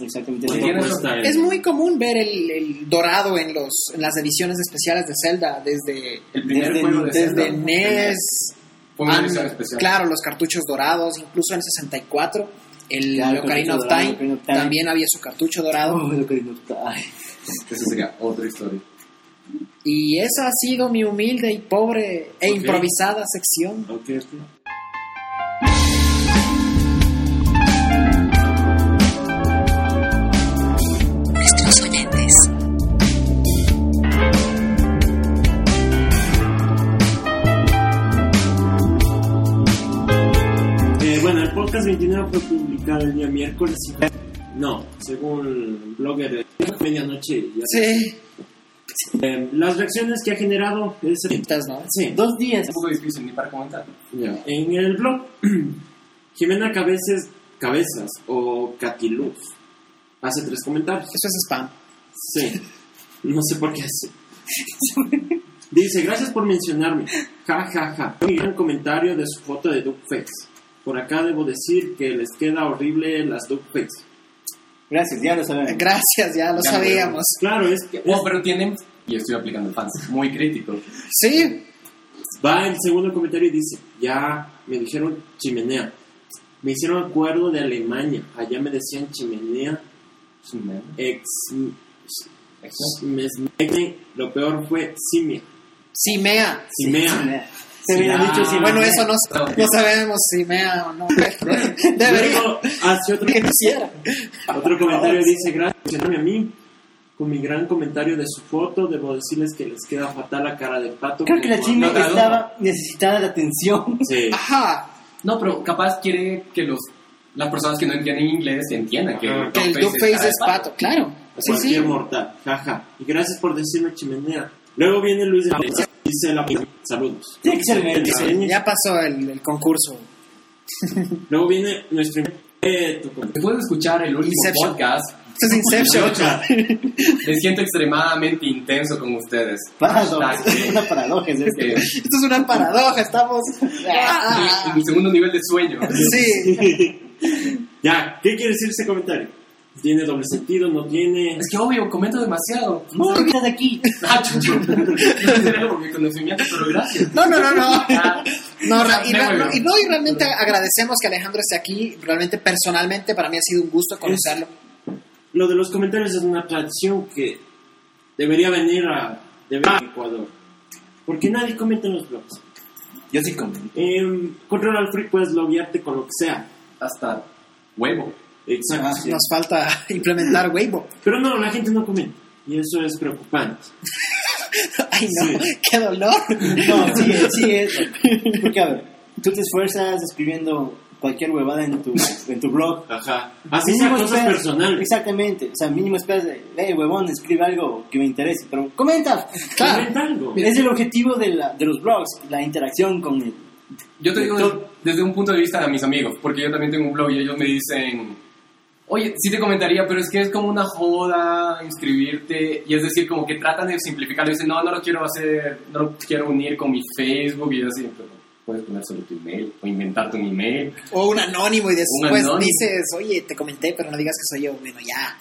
Exactamente. ¿Cuánto Sí. tienes? cuesta el- Es muy común ver el, el dorado en, los, en las ediciones especiales de Zelda, desde, El primer Desde juego de Nintendo. Zelda E desde NES, fue una An- edición especial. Ah, claro, los cartuchos dorados, incluso en 64, el Claro, de Ocarina cartucho of dorado, Time Ocarina of Time. también había su cartucho dorado. Oh, lo que le gusta. Ay. Esa sería otra historia. Y esa ha sido mi humilde y pobre e Ok. improvisada sección. Ok, ok. nuestros oyentes. Eh, bueno, el podcast 29 fue publicado el día miércoles. y- No, según el blogger, eh, medianoche. ya. Sí, Eh, las reacciones que ha generado es. estás, ¿no? Sí, Dos días. Es un poco difícil ni para comentar. En el blog, Jimena Cabeces, Cabezas o Catiluz hace tres comentarios. Eso es spam. Sí, no sé por qué hace. Dice, gracias por mencionarme. Ja, ja, ja. Un gran comentario de su foto de Duckface. Por acá debo decir que les queda horrible las Duckface. Gracias, ya lo sabemos. Gracias, ya lo Ya sabíamos. Claro, es que Oh, pero tienen, y estoy aplicando el fans, muy crítico. Sí, va el segundo comentario y dice, ya me dijeron chimenea. Me hicieron acuerdo de Alemania. Allá me decían chimenea ex... mesmecne. Lo peor fue simia. Simea. Simea. Se hubiera Sí, dicho ah, si Bueno, eso no, no sabemos si mea o no. Debería Luego hace otro, que quisiera. otro comentario y dice, gracias por mencionarme a mí. Con mi gran comentario de su foto, debo decirles que les queda fatal la cara de pato. Creo que la Como- china No, claro. estaba necesitada de atención. Sí. Ajá, No, pero capaz quiere que los, las personas que no entienden inglés entiendan que Ajá. que Duckface el cara Duckface de es pato, claro. Sí, cualquier sí. mortal. Jaja. Y gracias por decirme chimenea. Luego viene Luis de Pablo. Dice la saludos. Tiene que ser medio. Dice, Ya pasó el, el concurso. Luego viene nuestro eh, tu com- Después de escuchar el último Inception. podcast, Esto es Inception. me siento extremadamente intenso con ustedes. Paradoja. Hashtag, Es una paradoja. Es eh, este. Esto es una paradoja, estamos. en mi segundo nivel de sueño. Sí, ya, ¿qué quiere decir ese comentario? ¿Tiene doble sentido? ¿No tiene? Es que obvio, comento demasiado. ¿Por qué estás aquí? Ah, chucho. No sé algo por mi conocimiento, pero gracias. no, no, no, no. Ah, No, ra- y, me ra- voy. no, y no, y realmente agradecemos que Alejandro esté aquí. Realmente, personalmente, para mí ha sido un gusto conocerlo. Lo de los comentarios es una tradición que debería venir a, debería a Ecuador. Porque nadie comenta en los blogs. Yo sí comento. En Control al Free puedes loguearte con lo que sea. Hasta huevo. Exacto. Nos falta implementar Weibo. Pero no, la gente no comenta. Y eso es preocupante. Ay, no, Sí. qué dolor. No, sí es, sí es. Porque, a ver, tú te esfuerzas escribiendo cualquier huevada en tu, en tu blog. Ajá. Así sea Ah, cosas esperas- personales. Exactamente. O sea, mínimo esperas de, hey, huevón, escribe algo que me interese. Pero comenta. Comenta algo. Es el objetivo de, la- de los blogs, la interacción con el... Yo te digo desde, desde un punto de vista de mis amigos, porque yo también tengo un blog y ellos me dicen, oye, sí te comentaría, pero es que es como una joda inscribirte, y es decir, como que tratan de simplificarlo, dicen, no, no lo quiero hacer, no lo quiero unir con mi Facebook, y yo así, pero puedes poner solo tu email, o inventarte un email. O un anónimo y Un después anónimo. dices, oye, te comenté, pero no digas que soy yo. Bueno, ya.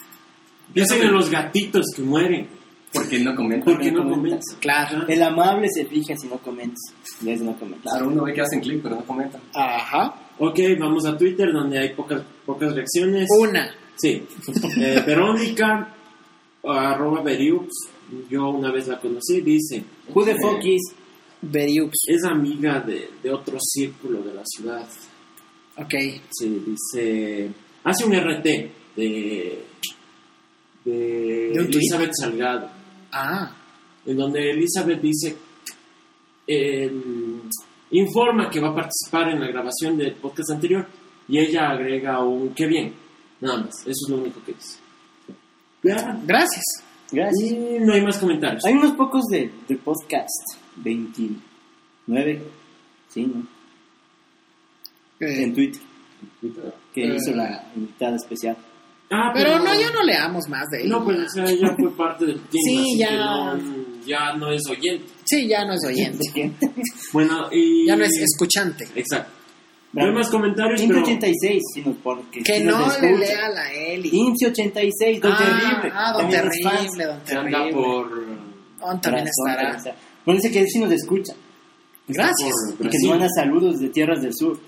Piensen en los gatitos que mueren. ¿Por qué no comentas? ¿Por qué no comentas? Claro. El amable se fija si no comentas. Ya es no comentas. Claro, uno ve que hacen clic, pero no comentan. Ajá. Ok, vamos a Twitter donde hay pocas, pocas reacciones. Una. Sí. Eh, Verónica, arroba Beriux, yo una vez la conocí, dice... Who the fuck eh, is? Beriux. Es amiga de, de otro círculo de la ciudad. Ok. Sí, dice... Hace un RT de... De, un tuit? Elizabeth Salgado. Ah. en donde Elizabeth dice, eh, informa que va a participar en la grabación del podcast anterior y ella agrega un qué bien, nada más, eso es lo único que dice. Ya, Gracias. Gracias. y no hay más comentarios. Hay unos pocos de, de podcast. 29. Sí, ¿no? Eh, En Twitter. Que Eh. hizo la invitada especial. Ah, pero no, ya no leamos más de él. No, pues o sea, ella fue parte del team, Sí, así ya. que no, ya no es oyente. Sí, ya no es oyente. Bueno, y... Ya no es escuchante. Este Exacto. No hay Bravo. más comentarios, pero... 186, si nos pone. Que si no nos le escucha. lea a la Eli. Inci 86, don ah, Terrible. Ah, don También es terrible, don Se anda terrible. por... Don fan. también estará. Razón, Bueno, dice que él sí nos escucha. Gracias. por Y que Brasil. nos manda saludos de tierras del sur.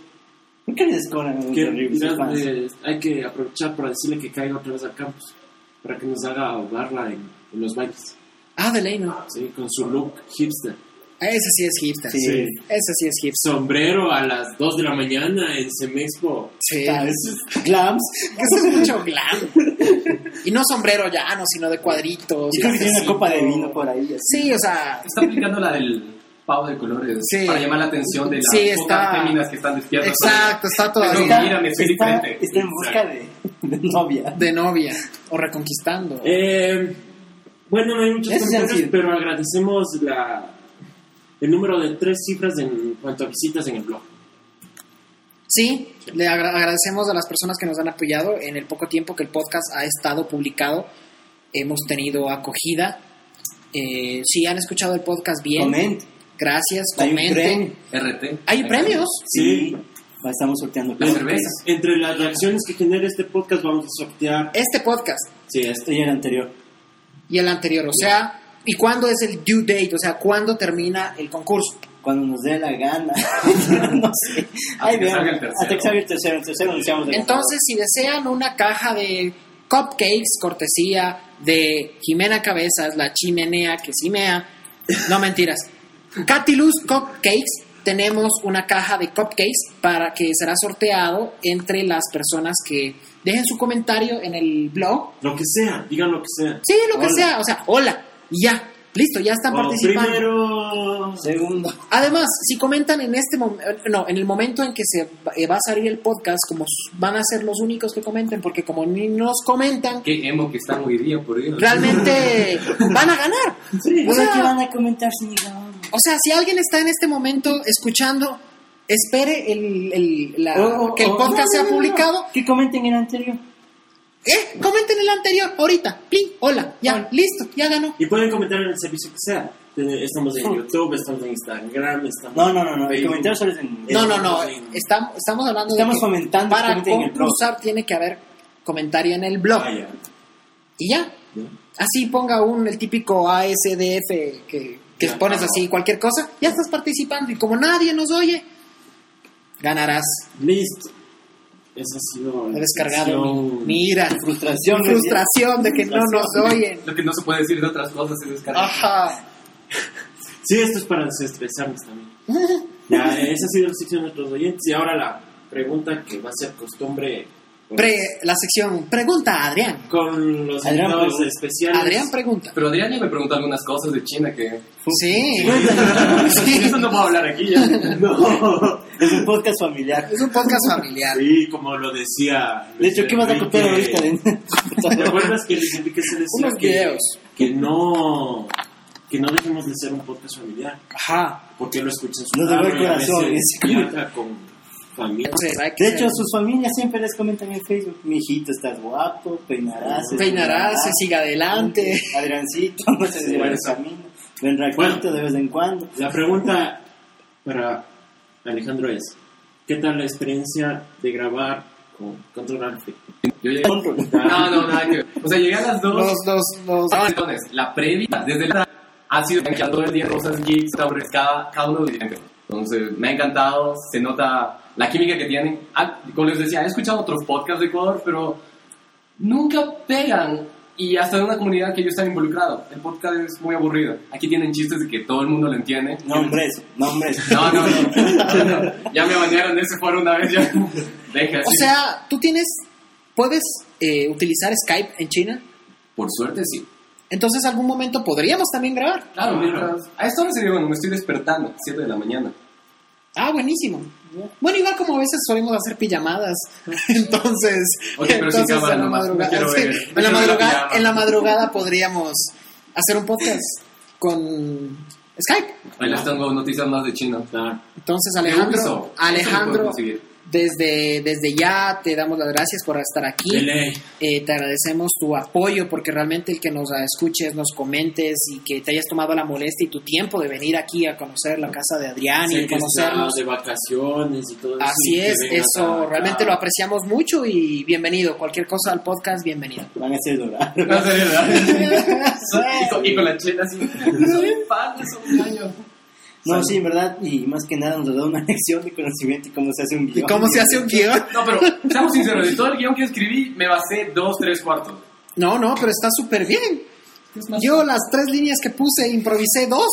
¿Por qué les cobran a don Que Terrible sus ya, fans? eh, hay que aprovechar para decirle que caiga otra vez al campus para que nos haga ahogarla en, en los bailes, Ah, de ley no. ¿sí? con su look hipster. Esa sí es hipster. Sí. Sí. Esa sí es hipster. Sombrero a las 2 de la mañana en Semexpo. Sí. Ah, esos Glams. Eso es mucho glam. Y no sombrero llano, sino de cuadritos. Yo creo que tiene una cafecito. copa de vino por ahí. así. Sí, o sea, Está aplicando la del pavo de colores Sí. para llamar la atención de las Sí, pocas está- féminas que están despiertas. exacto, está Pero todavía mira, me estoy está, diferente. está en busca de, de novia. de novia o reconquistando. Eh, bueno, no hay muchos Ese es comentarios, sencillo. pero agradecemos la, el número de tres cifras en cuanto a visitas en el blog. Sí, le agra- agradecemos a las personas que nos han apoyado en el poco tiempo que el podcast ha estado publicado. Hemos tenido acogida. Eh, si han escuchado el podcast bien, Comenta. gracias, Hay un comenten. premio. RT. Hay premios. Sí. Sí. Estamos sorteando. La cerveza. Entre las reacciones que genera este podcast vamos a sortear... Este podcast Sí, este. Y el anterior. y el anterior, o sea, ¿y cuándo es el due date? O sea, ¿cuándo termina el concurso? Cuando nos dé la gana. no sé. Ahí que veamos. salga el tercero. Hasta que salga el tercero. El tercero anunciamos el Entonces, si desean una caja de cupcakes cortesía de Jimena Cabezas, la chimenea que simea, no mentiras. Catilus Cupcakes, tenemos una caja de cupcakes para que será sorteado entre las personas que dejen su comentario en el blog. Lo que sea, digan lo que sea. Sí, lo que Hola. sea, o sea, hola, y ya, listo, ya están O participando. Primero... Segundo. Además, si comentan en este momento, no, en el momento en que se va- eh, va a salir el podcast, como s- van a ser los únicos que comenten, porque como ni nos comentan, Qué emo que están hoy día, por Dios. realmente van a ganar. o, ¿Vos sea, qué van a comentar si ni grabamos? o sea, si alguien está en este momento escuchando, espere el, el- la- O- o- que el o- podcast no, sea Oh, no, no, no. publicado. Que comenten el anterior. Eh, comenten el anterior, ahorita, plin, hola, ya, Hola. listo, ya ganó. Y pueden comentar en el servicio que sea. Te- Estamos en Sí. YouTube, estamos en Instagram, estamos No, no, no, no. El Facebook. comentario solo es en. No, no, no, Sí. estamos, estamos hablando Estamos de que fomentando que para comenten en el blog. concursar tiene que haber comentario en el blog. Ah, ya. Y ya, Ya. Así ponga un, el típico ASDF que, que Ya, pones claro. así cualquier cosa, ya estás participando y como nadie nos oye, ganarás. Listo. Esa ha sido He la descargado mi- sección. mi ira, Frustración. frustración de que no nos oyen. Lo que no se puede decir de otras cosas es descargar. Ajá. Sí, esto es para desestresarnos también. Pues ya, esa ha sido la sección de nuestros oyentes. Y ahora la pregunta que va a ser costumbre Pre, la sección Pregunta a Adrián. Con los Adrián invitados pues, pregunta. especiales. Adrián pregunta. Pero Adrián ya me preguntó algunas cosas de China que... Sí. pues, De eso no puedo hablar aquí ya. No. Es un podcast familiar. Es un podcast familiar. Sí, como lo decía. De hecho, ¿qué vas a contar Enrique? ahorita? ¿Te de- acuerdas que Luis Enrique se decía Unos que, videos. que no que no dejemos de ser un podcast familiar? Ajá. Porque lo escuchan su Nos carro dejó el y a corazón, veces es como- viaja con familia. Entonces, hay que De ser- hecho, sus familias siempre les comentan en Facebook, mi hijito, estás guapo, peinarás. peinarás, se siga adelante. Adriancito, no se desvía el camino. Ven Bueno. Raquito de vez en cuando. La pregunta para Alejandro es, ¿qué tal la experiencia de grabar con Control Alfred? Yo llegué... No, no, nada que ver. O sea, llegué a las dos. Los, los, los. Entonces, la previa, desde la ha sido que todo el día cosas geeks, sabores, cada, cada uno de ellos. Entonces, me ha encantado, se nota la química que tienen. Ah, como les decía, he escuchado otros podcasts de Ecuador, pero nunca pegan. Y hasta en una comunidad que yo estaba involucrado. El podcast es muy aburrido. Aquí tienen chistes de que todo el mundo lo entiende. Nombres, nombres. No, no, no. no, no. Ya me bañaron de ese foro una vez. Ya. Deja O así. sea, tú tienes. Puedes eh, utilizar Skype en China. Por suerte, sí. Entonces, algún momento podríamos también grabar. Claro, mientras. A esta hora se digo, me estoy despertando, 7 de la mañana. Ah, buenísimo. Bueno, igual como a veces solemos hacer pijamadas. Entonces, Ok, pero sin entonces cámara en, la nomás, no madrugada, quiero sí, ver, no en, la quiero ver la madrugada, pijama. en la madrugada podríamos hacer un podcast con Skype. Ahí les tengo noticias más de China. Claro. Entonces, De Ubisoft. Alejandro, Eso lo puedo Alejandro, conseguir. desde, desde ya te damos las gracias por estar aquí. De ley. Eh, te agradecemos tu apoyo porque realmente el que nos escuches, nos comentes y que te hayas tomado la molestia y tu tiempo de venir aquí a conocer la casa de Adrián Sé y que está conocernos. de vacaciones y todo eso. y Así que es, vengas eso acá. realmente lo apreciamos mucho y bienvenido. Cualquier cosa al podcast, bienvenido. Van a ser dorados. No, en serio, ¿verdad? y, con, y con la chela así. Soy fan de esos años. No, sí, en verdad, y más que nada nos ha dado una lección de conocimiento y cómo se hace un ¿Y guión. cómo se hace un guión? No, pero seamos sinceros, de todo el guión que escribí, me basé dos, tres cuartos. No, no, pero está súper bien. Yo las tres líneas que puse improvisé dos.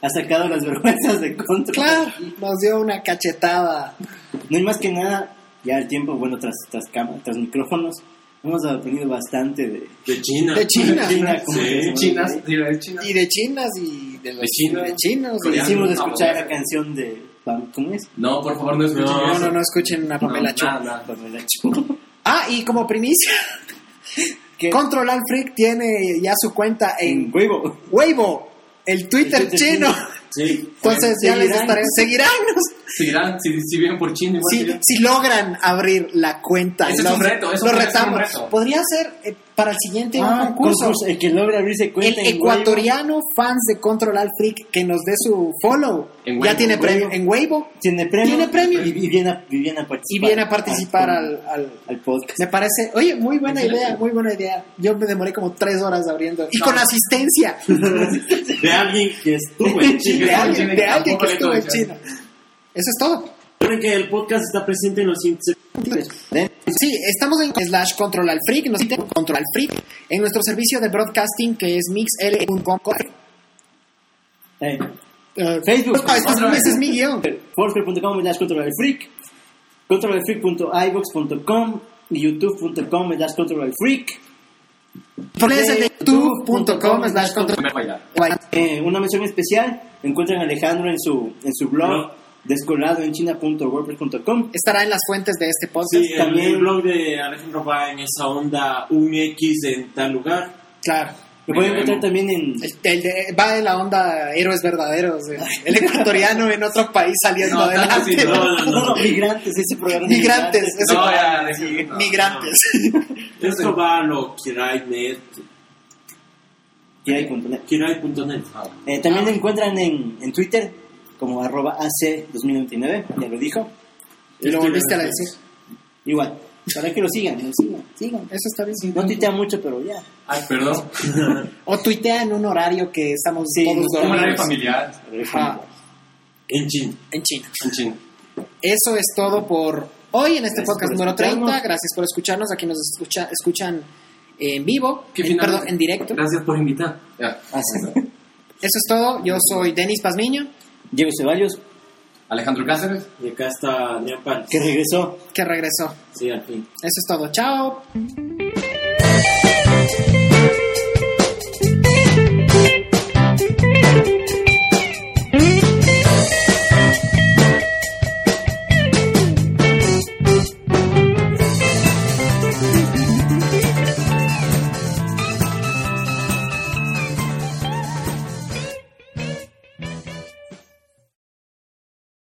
Ha sacado las vergüenzas de contra. Claro, nos dio una cachetada. No, y más que nada, ya el tiempo, bueno, tras, tras, cámara- tras micrófonos, hemos aprendido bastante de De China. De China. China. como Sí, que se Chinas, mueve. sí, de China. Y de chinas y de los De China. de chinos. y- Le Coreano. hicimos de Ah, escuchar bueno. la canción de... ¿Cómo es? No, por favor, no escuchen No, No, eso. no, no escuchen una No, Pamela Chu. nada, nada. Pamela Chu. Ah, y como primicia, ¿Qué? Control Alt Freak tiene ya su cuenta En en huevo. Weibo, el Twitter El Twitter chino. chino. Sí. Entonces ya les Seguirán. estaré seguirán. Seguirán, si, si vienen por China, igual Si, seguirán. si logran abrir la cuenta, Ese es lo- un reto, eso lo podría ser un retamos. reto. Podría ser eh, para el siguiente un Ah, concurso. concurso, El que logra abrirse El cuenta en ecuatoriano fans de Control Alt Freak que nos dé su follow En ya Weibo, tiene en premio Weibo. en Weibo Weibo, Tiene premio. Tiene premio. Y, y viene a, y viene a y participar. viene a participar al- al, al podcast. Me parece, oye, muy buena Excelente. idea, muy buena idea. Yo me demoré como tres horas abriendo. Y con asistencia De alguien que estuvo en China. de alguien, China, de alguien tampoco que le estuvo en conocía. China. Eso es todo. Recuerden que el podcast está presente en los siguientes Sí, estamos en slash control al freak, nos dicen control al freak, en nuestro servicio de broadcasting que es mixl.com. Eh, Eh, Facebook. Ah, este es- Otra vez. ese es mi guión. Forfer.com slash control del freak. Control del freak.ibox.com y youtube.com slash control del freak. Pónganse de youtube.com slash control. Me voy a bailar. Eh, una mención especial. Encuentran a Alejandro en su, en su blog. Blog. Descolado en china.wordpress.com. Estará en las fuentes de este podcast. Sí, el, También- el blog de Alejandro va en esa onda un X en tal lugar. Claro. Lo pueden Mira, encontrar vemos. también en El- el de- va en la onda héroes verdaderos. El, el ecuatoriano en otro país saliendo No, tanto adelante. sí, No, no, No, no, no. migrantes, ese programa. de Migrantes, ese- No, ya, dejé. no. Migrantes. Esto va a lo Kirai.net. Que hay con- Kirai.net. Ah, Eh, también lo encuentran en, en Twitter como arroba AC2099, ya lo dijo. Y Este, lo Estoy volviste a bien. decir. Igual, para que lo sigan, eh, sigan, sigan. Eso está bien. No tuitean mucho, pero ya. Ay, perdón. O tuitea en un horario que estamos Sí, todos no, Un horario dormidos. familiar Ajá, En China. en China. en China. Eso es todo por hoy en este Gracias podcast por número 30. escucharnos. Gracias por escucharnos. Aquí nos escucha, escuchan en vivo, ¿Qué en- final? perdón, en directo. Gracias por invitar. Ya. Así. Eso es todo. Yo soy Denis Pazmiño. Diego Ceballos, Alejandro Cáceres. Y acá está Neon Paris. que regresó. Que regresó. Sí, al fin. Eso es todo. Chao.